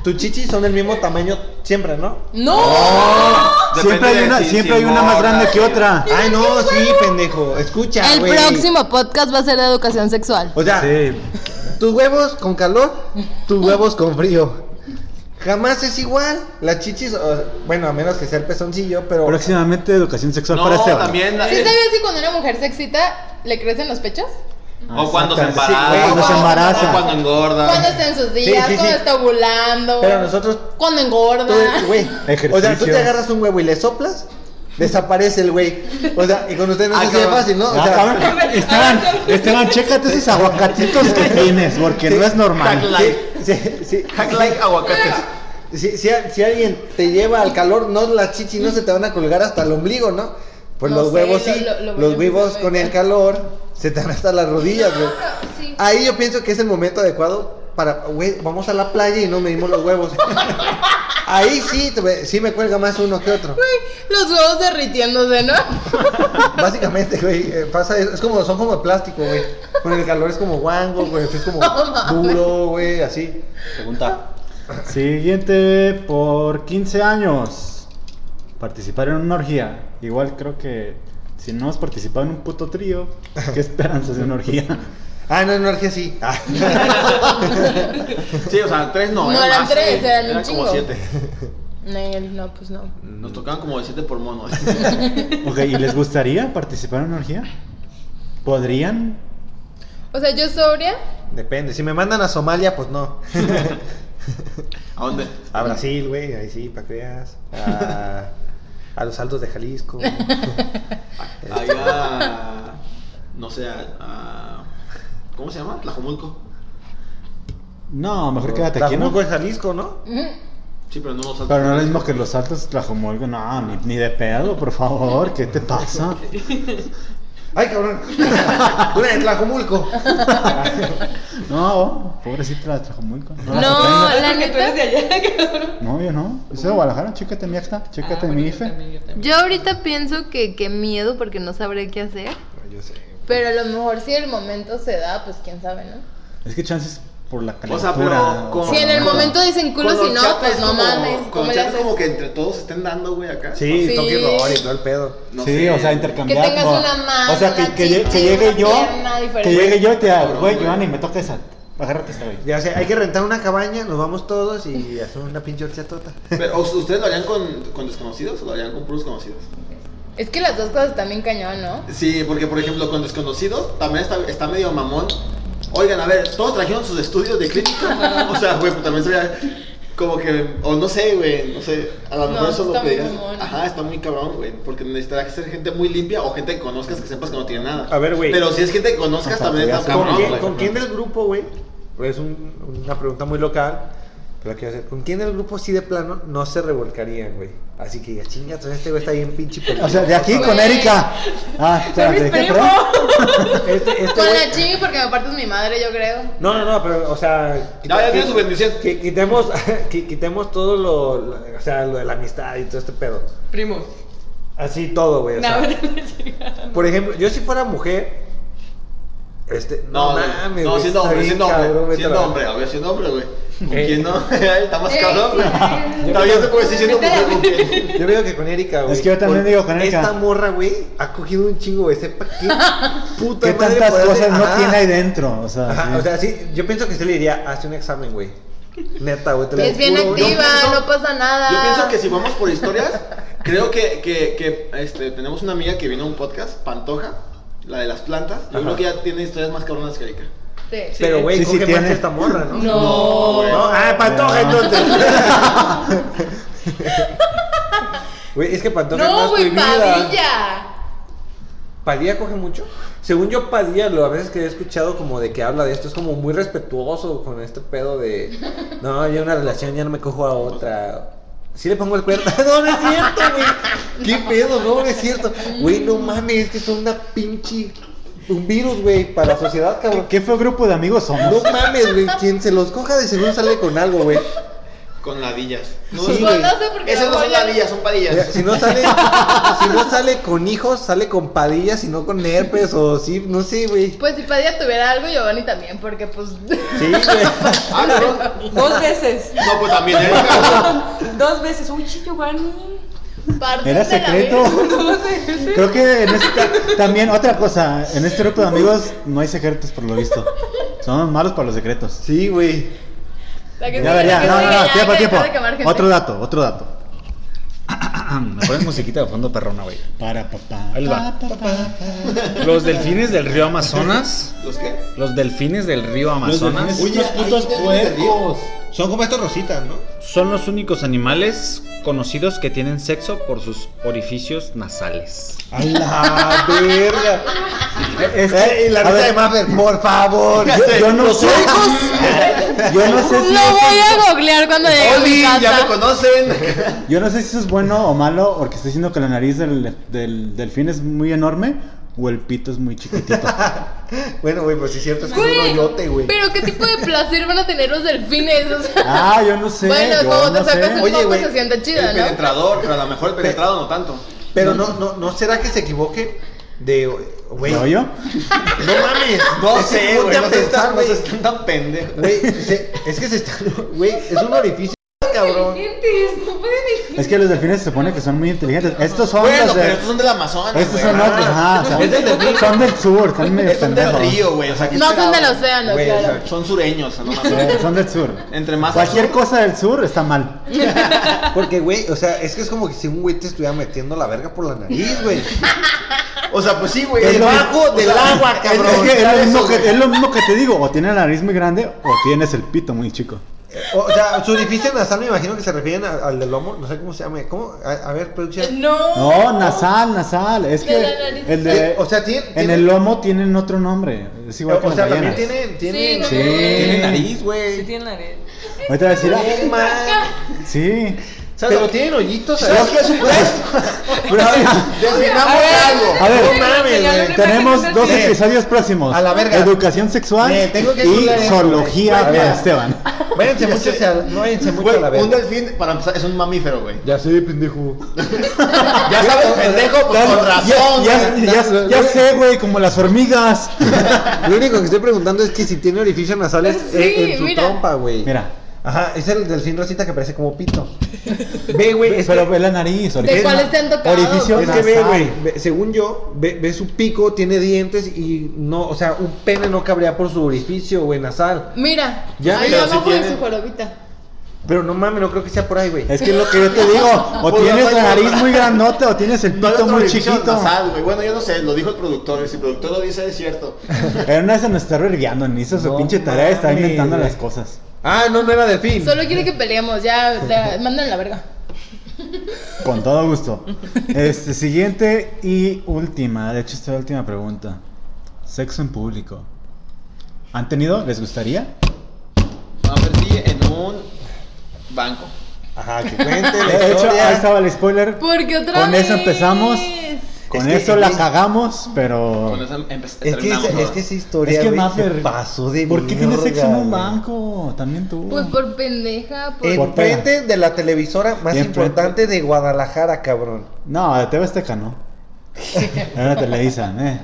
Speaker 7: tus chichis son del mismo tamaño siempre, ¿no?
Speaker 2: ¡No!
Speaker 4: Siempre hay una, siempre hay una más grande que otra.
Speaker 7: Ay, no, sí, pendejo. Escucha,
Speaker 2: El
Speaker 7: güey.
Speaker 2: próximo podcast va a ser de educación sexual.
Speaker 7: O sea,
Speaker 4: Sí.
Speaker 7: tus huevos con calor, tus huevos con frío. Jamás es igual. Las chichis, o- bueno, a menos que sea el pezoncillo, pero.
Speaker 4: Próximamente educación sexual para
Speaker 3: No,
Speaker 4: este
Speaker 3: también. la-
Speaker 2: ¿Sí sabías que cuando una mujer se excita, le crecen los pechos?
Speaker 3: O cuando se
Speaker 4: Exacto,
Speaker 3: embaraza.
Speaker 7: sí,
Speaker 4: cuando se
Speaker 3: O cuando
Speaker 4: embaraza.
Speaker 3: engorda.
Speaker 2: Cuando está en sus días,
Speaker 7: sí, sí.
Speaker 2: cuando está ovulando,
Speaker 7: Pero nosotros
Speaker 2: cuando engorda.
Speaker 7: Tú, güey, o sea, tú
Speaker 4: Ejercicios.
Speaker 7: te agarras un huevo y le soplas, desaparece el güey. O sea, y con ustedes no
Speaker 3: Ah,
Speaker 7: es así de
Speaker 3: cabrón.
Speaker 7: fácil, ¿no? O
Speaker 4: Ah,
Speaker 7: sea,
Speaker 4: cabrón, Esteban, Esteban, chécate esos aguacatitos que tienes, porque no es
Speaker 3: Hack
Speaker 4: normal.
Speaker 3: like.
Speaker 7: si, si-
Speaker 3: Hack like aguacates.
Speaker 7: si- si a- si alguien te lleva al calor, no las chichis no se te van a colgar hasta el ombligo, ¿no? Pues
Speaker 2: No
Speaker 7: los
Speaker 2: sé,
Speaker 7: huevos
Speaker 2: lo-
Speaker 7: sí,
Speaker 2: lo- lo voy a
Speaker 7: los huevos
Speaker 2: empezar a
Speaker 7: con el
Speaker 2: evitar.
Speaker 7: calor se te van hasta las rodillas, güey. Ahí yo pienso que es el momento adecuado para, güey, vamos a la playa y no medimos los huevos. Ahí sí, te- sí me cuelga más uno que otro.
Speaker 2: Los huevos derritiéndose, ¿no?
Speaker 7: Básicamente, güey, eh, pasa eso. Es como, son como de plástico, güey. Con el calor es como guango, güey. Es como
Speaker 2: No mames.
Speaker 7: duro, güey, así.
Speaker 12: Pregunta.
Speaker 4: Siguiente, por 15 años. Participar en una orgía. Igual creo que si no has participado en un puto trío, ¿qué esperanzas de una orgía?
Speaker 7: Ah, no, no, orgía sí. Ah.
Speaker 3: Sí, o sea, tres no.
Speaker 2: No
Speaker 3: eran
Speaker 2: eran
Speaker 3: más,
Speaker 2: tres,
Speaker 3: güey.
Speaker 2: eran un
Speaker 3: como
Speaker 2: chingo.
Speaker 3: siete.
Speaker 2: Nel, no, pues no.
Speaker 3: Nos tocaban como de siete por mono.
Speaker 4: Ok, ¿y les gustaría participar en una orgía? ¿Podrían?
Speaker 2: O sea, yo sobria.
Speaker 7: Depende. Si me mandan a Somalia, pues no.
Speaker 3: ¿A dónde?
Speaker 7: A Brasil, güey, ahí sí, para que veas. A, a los altos de Jalisco.
Speaker 3: Allá. No sé, a. a- ¿Cómo se llama? Tlajomulco.
Speaker 4: No, mejor quédate aquí, ¿no?
Speaker 7: Tampoco es Jalisco, ¿no?
Speaker 2: Ujú.
Speaker 3: Sí, pero no los altos.
Speaker 4: Pero no es lo mismo que los altos Tlajomulco, no, ni, ni de pedo, por favor, ¿qué te pasa?
Speaker 7: Ay, cabrón. Una de Tlajomulco.
Speaker 4: No, pobrecita la de Tlajomulco.
Speaker 2: No,
Speaker 4: la sorprendas.
Speaker 2: la
Speaker 6: Porque tú eres de
Speaker 2: neta.
Speaker 6: allá, cabrón.
Speaker 4: No, yo no. Yo soy de Guadalajara, chécate mi acta, chécate
Speaker 6: Ah,
Speaker 4: mi
Speaker 6: bueno, yo
Speaker 4: IFE.
Speaker 6: también, yo también.
Speaker 2: Yo ahorita pienso que qué miedo porque no sabré qué hacer.
Speaker 7: Yo sé.
Speaker 2: Pero a lo mejor si el momento se da, pues quién sabe, ¿no?
Speaker 4: Es que chances por la
Speaker 3: O sea,
Speaker 4: calentura.
Speaker 3: pero
Speaker 4: o
Speaker 3: con-
Speaker 2: Si
Speaker 4: sea,
Speaker 2: en el
Speaker 4: no.
Speaker 2: momento dicen culo,
Speaker 3: Con
Speaker 2: si
Speaker 3: los
Speaker 2: no,
Speaker 3: chates
Speaker 2: pues no
Speaker 3: como-
Speaker 2: mames.
Speaker 3: Con
Speaker 2: ¿Cómo
Speaker 3: los
Speaker 2: le
Speaker 3: chates
Speaker 2: haces?
Speaker 3: como que entre todos se estén dando, güey, acá.
Speaker 7: Sí,
Speaker 2: Sí.
Speaker 7: toque y robar y todo el pedo.
Speaker 3: No
Speaker 4: sí,
Speaker 3: sé.
Speaker 4: o sea, intercambiar.
Speaker 2: Que tengas
Speaker 4: como-
Speaker 2: una mano,
Speaker 4: O sea, que,
Speaker 2: una
Speaker 4: que, lle- que
Speaker 2: chichi,
Speaker 4: llegue
Speaker 2: una
Speaker 4: yo.
Speaker 2: pierna diferente.
Speaker 4: Que llegue yo y te hago,
Speaker 3: Cabrón,
Speaker 4: güey,
Speaker 3: güey.
Speaker 4: Giovanni, me toca esa. Agárrate esta, güey.
Speaker 7: Ya sé, hay que rentar una cabaña, nos vamos todos y hacemos una pinche orgía tota.
Speaker 3: Pero, ¿us- ¿Ustedes lo harían con, con desconocidos o lo harían con puros conocidos?
Speaker 2: Es que las dos cosas están bien cañón, ¿no?
Speaker 3: Sí, porque por ejemplo con desconocidos también está, está medio mamón. Oigan, a ver, todos trajeron sus estudios de crítica. o sea, güey, pues también sería como que, o no sé, güey, no sé. A lo
Speaker 2: No,
Speaker 3: mejor eso
Speaker 2: está
Speaker 3: lo
Speaker 2: muy
Speaker 3: pedías.
Speaker 2: mamón.
Speaker 3: Ajá, está muy cabrón, güey. Porque necesitarás ser gente muy limpia o gente que conozcas que sepas que no tiene nada.
Speaker 7: A ver, güey.
Speaker 3: Pero si es gente que conozcas,
Speaker 4: O sea,
Speaker 3: también
Speaker 4: te
Speaker 3: está
Speaker 7: ¿Con
Speaker 4: voy a
Speaker 3: cabrón.
Speaker 7: quién,
Speaker 3: güey.
Speaker 7: con quién del grupo, güey? Pues un- una pregunta muy local. Pero que lo quiero hacer. ¿Con quién del grupo sí de plano no se revolcarían, güey? Así que ya chinga, entonces este güey está bien pinche perdido.
Speaker 5: O sea, de aquí con
Speaker 2: Güey.
Speaker 5: Erika. Ah,
Speaker 6: Son mis
Speaker 5: espérate, ¿qué
Speaker 6: primos.
Speaker 5: perdón?
Speaker 7: Este- este
Speaker 2: Con
Speaker 7: güey-
Speaker 2: la chingui porque aparte es mi madre, yo creo.
Speaker 7: No, no, no, pero, o sea.
Speaker 3: Ya, ya tiene su bendición.
Speaker 7: qui- Quitemos, qui- quitemos todo lo, lo- O sea, lo de la amistad y todo este pedo.
Speaker 6: Primo.
Speaker 7: Así todo, güey. o sea,
Speaker 6: No, no,
Speaker 7: por ejemplo, yo si fuera mujer. Este. No,
Speaker 3: No, güey.
Speaker 7: mames.
Speaker 3: no,
Speaker 7: güey,
Speaker 3: siendo
Speaker 7: está
Speaker 3: hombre,
Speaker 7: bien
Speaker 3: siendo hombre.
Speaker 7: cabrón, vete a
Speaker 3: Siendo
Speaker 7: la-
Speaker 3: hombre, obvio, siendo hombre, güey. ¿Con
Speaker 7: Eh.
Speaker 3: quién no? Está más
Speaker 2: Eh,
Speaker 3: cabrón, güey.
Speaker 2: sí.
Speaker 3: Está bien, te puedes decir siendo
Speaker 2: Vete a la
Speaker 3: mujer con quién.
Speaker 7: Yo veo que con Erika, güey.
Speaker 4: Es que yo también
Speaker 7: por-
Speaker 4: digo con Erika.
Speaker 7: Esta morra, güey, ha cogido un chingo, güey. Sepa qué puta
Speaker 4: ¿Qué
Speaker 7: madre
Speaker 4: tantas
Speaker 7: podrá
Speaker 4: cosas
Speaker 7: hacer.
Speaker 4: no
Speaker 7: Ajá.
Speaker 4: tiene ahí dentro? O sea,
Speaker 7: Ajá,
Speaker 4: sí.
Speaker 7: o sea, sí, yo pienso que se le diría, hace un examen, güey. Neta, güey. te lo
Speaker 2: Es bien
Speaker 7: juro, güey.
Speaker 2: activa,
Speaker 3: pienso-
Speaker 2: no pasa nada.
Speaker 3: Yo pienso que si vamos por historias, creo que, que, que este, tenemos una amiga que vino a un podcast, Pantoja, la de las plantas. Yo
Speaker 7: Ajá.
Speaker 3: creo que ya tiene historias más cabronas que Erika.
Speaker 2: Sí.
Speaker 7: Pero, güey,
Speaker 4: Sí, sí
Speaker 7: coge más
Speaker 4: tiene.
Speaker 7: que esta morra, ¿no?
Speaker 2: No.
Speaker 3: güey.
Speaker 7: No, ah, Pantoja
Speaker 4: No.
Speaker 7: entonces. Güey, es que Pantoja es
Speaker 2: No,
Speaker 7: más
Speaker 2: güey,
Speaker 7: prohibida.
Speaker 2: Padilla.
Speaker 7: Padilla coge mucho. Según yo, Padilla, lo a veces que he escuchado como de que habla de esto, es como muy respetuoso con este pedo de. No, yo una relación ya no me cojo a otra. Sí le pongo el cuerno. No, no es cierto, güey. ¿Qué pedo? No, no es cierto. Güey, no mames, es que son una pinche. Un virus, güey, para la sociedad, cabrón.
Speaker 4: ¿Qué fue grupo de amigos
Speaker 7: No
Speaker 4: somos?
Speaker 7: mames, güey. Quien se los coja de seguro sale con algo, güey.
Speaker 3: Con ladillas. No,
Speaker 7: Sí,
Speaker 2: Pues
Speaker 7: güey.
Speaker 2: no sé por qué.
Speaker 3: Esas no son
Speaker 2: apoyan-
Speaker 3: ladillas, son
Speaker 7: Mira,
Speaker 3: palillas.
Speaker 7: Si no sale, si no sale con hijos, sale con padillas, si no con herpes o sí, no sé, güey.
Speaker 2: Pues si Padilla tuviera algo, Giovanni también, porque pues.
Speaker 7: Sí, güey.
Speaker 3: Ah, cabrón.
Speaker 6: Dos veces.
Speaker 3: No, pues también Erika.
Speaker 6: Dos veces. Uy, chillo, Giovanni.
Speaker 2: parte
Speaker 4: Era
Speaker 2: de la
Speaker 4: secreto.
Speaker 2: vida.
Speaker 4: Creo que en este- también otra cosa, en este grupo de amigos no hay secretos por lo visto. Somos malos para los secretos.
Speaker 7: Sí, güey.
Speaker 2: La que
Speaker 4: Ya,
Speaker 2: sigue,
Speaker 4: ver,
Speaker 2: la
Speaker 4: ya,
Speaker 2: que
Speaker 4: no,
Speaker 2: sigue,
Speaker 4: no,
Speaker 2: ya,
Speaker 4: no, tiempo,
Speaker 2: que
Speaker 4: tiempo.
Speaker 2: dejar de quemar gente.
Speaker 4: Otro dato, otro dato.
Speaker 12: Me pones musiquita de fondo perrona, güey.
Speaker 4: Para papá.
Speaker 12: Ahí les va. Los delfines del río Amazonas.
Speaker 3: ¿Los qué?
Speaker 12: Los delfines del río Amazonas
Speaker 4: Uy, los putos puercos.
Speaker 12: son como estos rositas, ¿no? Son los únicos animales conocidos que tienen sexo por sus orificios nasales.
Speaker 7: A
Speaker 3: Ah,
Speaker 7: la verga.
Speaker 4: Es que-
Speaker 7: Eh, y la
Speaker 4: a
Speaker 7: risa
Speaker 4: ver,
Speaker 7: de Maffer, por favor.
Speaker 4: Yo no sé. Yo no sé si
Speaker 2: Lo voy a googlear cuando llegue a mi
Speaker 3: Oli,
Speaker 2: casa.
Speaker 3: ya me conocen.
Speaker 4: Yo no sé si eso es bueno o malo, porque estoy diciendo que la nariz del, del delfín es muy enorme o el pito es muy chiquitito.
Speaker 7: Bueno, güey, pues sí, es cierto, es que es
Speaker 2: Güey,
Speaker 7: un hoyote, güey.
Speaker 2: Pero qué tipo de placer van a tener los delfines, o sea.
Speaker 4: Ah, yo no sé.
Speaker 2: bueno,
Speaker 4: yo
Speaker 2: como
Speaker 4: no
Speaker 2: te sacas
Speaker 4: sé.
Speaker 2: el
Speaker 7: Oye,
Speaker 2: poco
Speaker 7: güey,
Speaker 2: se siente chido,
Speaker 3: El
Speaker 2: ¿no?
Speaker 3: penetrador, pero a lo mejor el penetrado no tanto.
Speaker 7: Pero no, no, no será que se equivoque de, güey.
Speaker 4: ¿Lo oyo?
Speaker 7: No mames.
Speaker 3: No
Speaker 7: es que
Speaker 3: sé, güey.
Speaker 7: ponte a
Speaker 3: No se
Speaker 7: pensar,
Speaker 3: están, no
Speaker 7: güey.
Speaker 3: se están tan pendejos.
Speaker 7: Güey, se- es que se está, güey, es un orificio, cabrón.
Speaker 4: Es que los delfines se supone que son muy inteligentes. Estos son
Speaker 3: Bueno,
Speaker 4: los de-
Speaker 3: pero estos son del Amazonas.
Speaker 4: Estos
Speaker 3: güey. Ah,
Speaker 4: son otros, ajá. o sea,
Speaker 3: Es del delfín.
Speaker 4: son del sur, están medio
Speaker 3: Estos son del
Speaker 4: pendejos.
Speaker 3: río, güey. O sea, que
Speaker 2: No son del océano,
Speaker 7: Güey, o
Speaker 2: claro.
Speaker 7: sea,
Speaker 3: Son sureños, no
Speaker 4: Eh,
Speaker 3: mames.
Speaker 4: Son del sur.
Speaker 3: Entre más
Speaker 4: Cualquier
Speaker 3: al sur-
Speaker 4: cosa del sur está mal.
Speaker 7: Porque, güey, o sea, es que es como que si un güey te estuviera metiendo la verga por la nariz, güey.
Speaker 3: O sea, pues sí, güey.
Speaker 7: El
Speaker 3: es lo-
Speaker 7: bajo
Speaker 3: o
Speaker 7: del
Speaker 3: sea,
Speaker 7: agua,
Speaker 4: Es,
Speaker 7: cabrón.
Speaker 4: es que es
Speaker 7: ¿sabes
Speaker 4: lo
Speaker 7: eso,
Speaker 4: mismo que,
Speaker 7: güey?
Speaker 4: es lo mismo que te digo, o tienes la nariz muy grande o tienes el pito muy chico.
Speaker 7: O sea, su orificio nasal me imagino que se refieren a- al del lomo, no sé cómo se llama. ¿Cómo? A, a ver, producción.
Speaker 2: No.
Speaker 4: No, nasal, nasal. Es
Speaker 2: De la
Speaker 4: que
Speaker 2: nariz.
Speaker 4: el
Speaker 7: Eh,
Speaker 4: de,
Speaker 7: o sea, tiene.
Speaker 4: en
Speaker 7: tiene-
Speaker 4: el lomo tienen otro nombre. Es igual que
Speaker 7: O
Speaker 4: las
Speaker 7: sea, también
Speaker 4: ballenas.
Speaker 7: tiene. tiene
Speaker 2: Sí,
Speaker 4: Sí.
Speaker 3: Tiene nariz,
Speaker 6: Sí
Speaker 3: güey.
Speaker 6: tiene la red.
Speaker 4: Ahorita voy a decir, ah,
Speaker 7: No mames.
Speaker 4: sí.
Speaker 7: Pero tienen hoyitos. Pues,
Speaker 3: ¿Sabes qué es un Definamos algo.
Speaker 7: Ah,
Speaker 4: A ver,
Speaker 7: No mames, güey.
Speaker 4: Tenemos dos
Speaker 7: Sí.
Speaker 4: episodios próximos.
Speaker 7: A la verga.
Speaker 4: Educación sexual
Speaker 7: Eh, tengo que
Speaker 4: y
Speaker 7: estudiar eso, güey.
Speaker 4: zoología
Speaker 7: A ver.
Speaker 4: para Esteban.
Speaker 7: Váyanse mucho, hacia- no váyanse mucho a la
Speaker 3: Güey, un
Speaker 7: verga.
Speaker 3: delfín, para empezar, es un mamífero, güey.
Speaker 7: Ya soy pendejo.
Speaker 3: Ya sabes, pendejo, pues con razón,
Speaker 4: Ya,
Speaker 3: güey.
Speaker 4: ya- ya- ya sé, güey, como las hormigas.
Speaker 7: Lo único que estoy preguntando es que si tiene orificio nasal es
Speaker 2: Sí,
Speaker 7: en, en su
Speaker 2: mira.
Speaker 7: trompa, güey.
Speaker 4: Mira,
Speaker 7: Ajá, es el delfín rosita que parece como pito. Ve, güey, es
Speaker 4: pero
Speaker 7: que-
Speaker 4: ve la nariz.
Speaker 2: ¿De
Speaker 4: orificio-
Speaker 2: cuáles te han tocado?
Speaker 4: Orificio
Speaker 7: Es que ve,
Speaker 4: nasal.
Speaker 7: güey, ve- según yo, ve, ve su pico, tiene dientes y no, o sea, un pene no cabría por su orificio, güey, nasal.
Speaker 2: Mira,
Speaker 7: Ya,
Speaker 2: ahí
Speaker 7: pero
Speaker 2: abajo
Speaker 3: sí
Speaker 2: de
Speaker 3: tiene-
Speaker 2: su jorobita.
Speaker 7: Pero no mames, no creo que sea por ahí, güey.
Speaker 4: Es que es lo que yo te digo, o
Speaker 3: Pues,
Speaker 4: tienes
Speaker 3: no,
Speaker 4: la
Speaker 3: no,
Speaker 4: nariz
Speaker 3: no.
Speaker 4: muy grandota o tienes el
Speaker 3: No hay
Speaker 4: pito
Speaker 3: otro
Speaker 4: muy
Speaker 3: orificio
Speaker 4: chiquito.
Speaker 3: nasal, güey. Bueno, yo no sé, lo dijo el productor. y Si el productor lo dice, es cierto.
Speaker 4: Pero una vez se nos está vergueando, ni hizo su
Speaker 7: No
Speaker 4: pinche tarea, está
Speaker 7: mames,
Speaker 4: inventando
Speaker 7: güey.
Speaker 4: las cosas.
Speaker 7: Ah, no, no era delfín.
Speaker 2: Solo quiere que peleemos, ya, la, mandan la verga.
Speaker 4: Con todo gusto. Este, siguiente y última. De hecho, esta es la última pregunta. Sexo en público. ¿Han tenido? ¿Les gustaría?
Speaker 3: A ver si en un Banco.
Speaker 7: Ajá, que cuente la
Speaker 4: De hecho, ahí
Speaker 7: historia.
Speaker 4: estaba el spoiler.
Speaker 2: Porque otra
Speaker 4: Con
Speaker 2: vez.
Speaker 4: eso empezamos. Con
Speaker 7: que-
Speaker 4: eso la cagamos, pero.
Speaker 3: Con eso empe-
Speaker 7: Es que,
Speaker 3: terminamos,
Speaker 7: esa-
Speaker 3: ¿no?
Speaker 7: es que esa historia
Speaker 4: Es que
Speaker 7: güey, se
Speaker 4: Maffer,
Speaker 7: pasó de
Speaker 4: ¿Por qué tienes sexo en
Speaker 7: verga,
Speaker 4: un
Speaker 7: güey.
Speaker 4: banco? También tú.
Speaker 2: Pues por pendeja, por.
Speaker 4: Eh,
Speaker 7: Enfrente de la televisora más
Speaker 4: Y enfrente-
Speaker 7: importante de Guadalajara, cabrón.
Speaker 4: No, de TV Azteca no. Era Televisa, eh.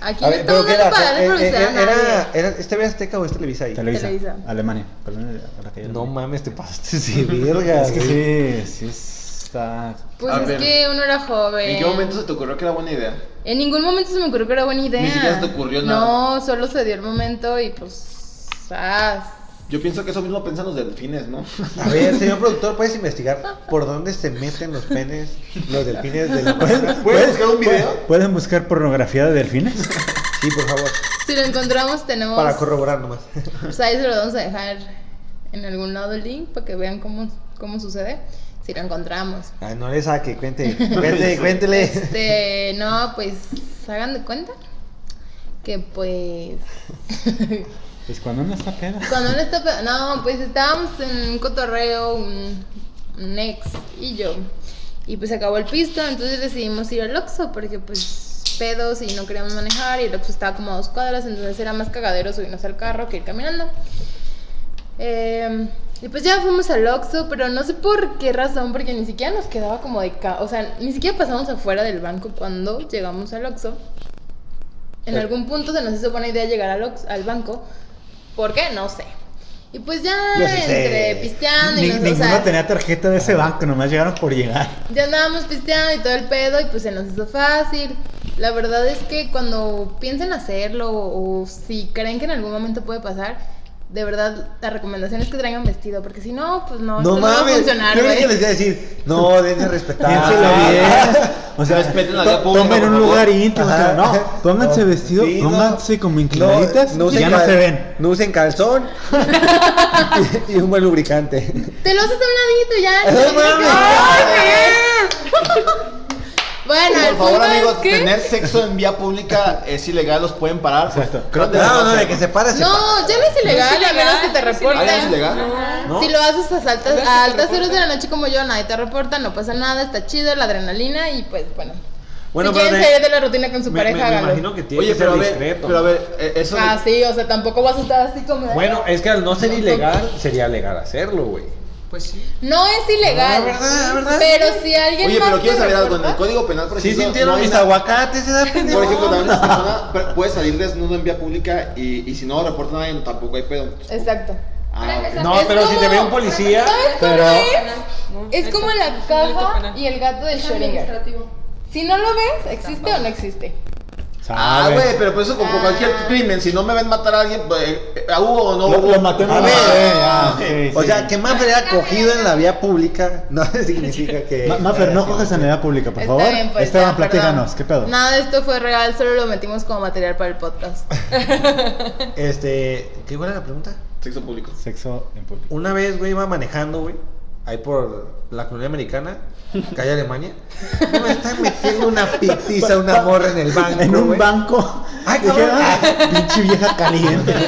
Speaker 2: Aquí
Speaker 7: A
Speaker 2: no
Speaker 7: ver, pero
Speaker 2: estamos
Speaker 7: ¿qué era?
Speaker 2: dando para darle
Speaker 7: Eh, eh,
Speaker 2: publicidad a
Speaker 7: era,
Speaker 2: nadie.
Speaker 7: era, ¿Es TV Azteca o es Televisa ahí?
Speaker 4: Televisa.
Speaker 2: Televisa.
Speaker 4: Alemania. Perdón, eh, la calle de
Speaker 7: No
Speaker 4: Alemania.
Speaker 7: mames, te pasaste de verga.
Speaker 4: Es que
Speaker 7: güey.
Speaker 4: sí, sí está.
Speaker 2: Pues
Speaker 3: A
Speaker 2: es
Speaker 3: ver.
Speaker 2: que uno era joven.
Speaker 3: ¿En qué momento se te ocurrió que era buena idea?
Speaker 2: En ningún momento se me ocurrió que era buena idea.
Speaker 3: Ni siquiera se te ocurrió
Speaker 2: No,
Speaker 3: nada.
Speaker 2: solo se dio el momento y pues. ah,
Speaker 3: Yo pienso que eso mismo piensan los delfines, ¿no?
Speaker 7: A ver, señor productor, ¿puedes investigar por dónde se meten los penes, los delfines de la
Speaker 4: Pues,
Speaker 7: cuenca?
Speaker 3: ¿Puedes buscar un video?
Speaker 4: ¿Pueden buscar pornografía de delfines?
Speaker 7: Sí, por favor,
Speaker 2: Si lo encontramos, tenemos.
Speaker 7: para corroborar nomás.
Speaker 2: Pues ahí se lo vamos a dejar en algún lado el link para que vean cómo, cómo sucede. Si lo encontramos.
Speaker 7: Ay, Ah, no le saque, cuente, cuente, cuéntele.
Speaker 2: Este, no, pues hagan de cuenta que pues
Speaker 4: Pues cuando uno está peda.
Speaker 2: cuando uno está pe- no, pues estábamos en un cotorreo un, un ex y yo y pues se acabó el pisto, entonces decidimos ir al Oxxo porque pues pedos y no queríamos manejar y el Oxxo estaba como a dos cuadras, entonces era más cagadero subirnos al carro que ir caminando. Eh, y pues ya fuimos al Oxxo, pero no sé por qué razón, porque ni siquiera nos quedaba como de ca O sea, ni siquiera pasamos afuera del banco cuando llegamos al Oxxo. En algún punto se nos hizo buena idea llegar al, Ox- al banco. ¿Por qué? No sé. Y pues ya
Speaker 7: Yo sí sé.
Speaker 2: entre pisteando y
Speaker 4: Ni-
Speaker 2: nos- o
Speaker 4: ninguno
Speaker 2: sea,
Speaker 4: tenía tarjeta de ese banco, nomás llegaron por llegar.
Speaker 2: ya andábamos pisteando y todo el pedo y pues se nos hizo fácil. La verdad es que cuando piensen hacerlo o, o si creen que en algún momento puede pasar, de verdad la recomendación es que traigan vestido, porque si no, pues no,
Speaker 7: No
Speaker 2: esto va a
Speaker 7: mames,
Speaker 2: funcionar,
Speaker 7: yo creo que
Speaker 2: güey.
Speaker 7: les iba a decir, no, dense respetar.
Speaker 4: Piénselo bien. O sea,
Speaker 3: Respeten la
Speaker 4: to-
Speaker 3: vía pública,
Speaker 4: tomen
Speaker 3: por
Speaker 4: un
Speaker 3: favor.
Speaker 4: lugar íntimo. o sea,
Speaker 7: Ajá.
Speaker 4: no, pónganse
Speaker 7: No,
Speaker 4: vestido,
Speaker 7: sí, no.
Speaker 4: pónganse como inclinaditas y
Speaker 7: usen
Speaker 4: ya no
Speaker 7: cal-
Speaker 4: se ven.
Speaker 7: No usen calzón y, y un buen lubricante.
Speaker 2: Te lo haces a un ladito ya.
Speaker 7: No
Speaker 2: te lo
Speaker 7: mames.
Speaker 2: ¡Ay, güey! Bueno, el
Speaker 3: Por favor,
Speaker 2: punto
Speaker 3: amigos,
Speaker 2: es que...
Speaker 3: tener sexo en vía pública es ilegal, los pueden parar. pues,
Speaker 4: Exacto.
Speaker 3: Creo que-
Speaker 7: No, no, de que se para, se para.
Speaker 2: No, ya no es ilegal, a menos que te
Speaker 3: Ah, ya es
Speaker 2: reporten.
Speaker 3: ilegal.
Speaker 7: ¿No?
Speaker 2: Si lo haces a, altas-
Speaker 6: Pero
Speaker 2: a
Speaker 6: si te
Speaker 2: altas horas de la
Speaker 6: reportan.
Speaker 2: noche como yo, nadie te reporta, no pasa nada, está chido la adrenalina y pues bueno.
Speaker 13: Bueno,
Speaker 2: si
Speaker 13: pero
Speaker 2: quieren
Speaker 13: de-
Speaker 2: salir de la rutina con su
Speaker 13: Me, me-
Speaker 2: pareja,
Speaker 13: me
Speaker 2: hágalo.
Speaker 13: imagino que tiene
Speaker 3: Oye,
Speaker 13: que
Speaker 3: pero a
Speaker 13: ser
Speaker 3: ver,
Speaker 13: discreto.
Speaker 3: pero a ver, eh, eso. de-
Speaker 2: Ah, sí, o sea, tampoco vas a estar así como de-
Speaker 13: Bueno, es que al no ser
Speaker 2: No, no.
Speaker 13: ilegal, sería legal hacerlo, güey.
Speaker 6: Pues sí.
Speaker 2: No es ilegal.
Speaker 7: Ah, ¿verdad? ¿verdad?
Speaker 2: Pero si alguien
Speaker 3: Oye,
Speaker 2: más
Speaker 3: pero
Speaker 2: te
Speaker 3: quiero saber algo. En
Speaker 2: reporta-
Speaker 3: el código penal, por
Speaker 7: Sí
Speaker 3: ejemplo,
Speaker 7: sintieron
Speaker 3: Pues no hay
Speaker 7: mis
Speaker 3: na-
Speaker 7: aguacates, se da pendejo.
Speaker 3: Por ejemplo, también esta persona pe- puede salir desnudo en vía pública y, y si no lo reporta nadie, tampoco hay pedo.
Speaker 2: Exacto.
Speaker 3: Ah, ok.
Speaker 13: No,
Speaker 2: Es
Speaker 13: pero si te ve
Speaker 2: como-
Speaker 13: un policía,
Speaker 2: ¿Sabes cómo
Speaker 4: Pero-
Speaker 2: es?
Speaker 6: No,
Speaker 2: Es
Speaker 6: ahí
Speaker 2: como
Speaker 6: está.
Speaker 2: la
Speaker 6: Es un delito
Speaker 2: caja
Speaker 6: penal.
Speaker 2: y el gato de Schrödinger. Si no lo ves, ¿existe o no existe?
Speaker 3: Ah,
Speaker 4: Sabe.
Speaker 3: güey, pero por eso, como cualquier crimen, si no me ven matar a alguien, pues, eh, eh, hubo o no
Speaker 4: Lo,
Speaker 3: hubo. Ah,
Speaker 4: lo maté
Speaker 7: A
Speaker 4: una
Speaker 7: ver.
Speaker 4: vez. eh, ah, sí,
Speaker 7: O
Speaker 4: sí.
Speaker 7: sea, que Maffer era cogido en la vía pública no significa que.
Speaker 4: Ma- Mafer, no cojas en la edad pública, por favor.
Speaker 2: Está bien, pues.
Speaker 4: Esteban,
Speaker 2: ya, perdón.
Speaker 4: platícanos, ¿qué pedo?
Speaker 2: Nada de esto fue real, solo lo metimos como material para el podcast.
Speaker 7: Este, ¿qué cuál era la pregunta?
Speaker 3: Sexo público.
Speaker 4: Sexo en público.
Speaker 7: Una vez, güey, iba manejando, güey, ahí por la colonia americana, calle Alemania. No me están metiendo una pitiza, una morra en el banco.
Speaker 4: En un
Speaker 7: güey.
Speaker 4: banco.
Speaker 7: Ay,
Speaker 4: Dije,
Speaker 7: cabrón.
Speaker 4: ah, pinche vieja caliente.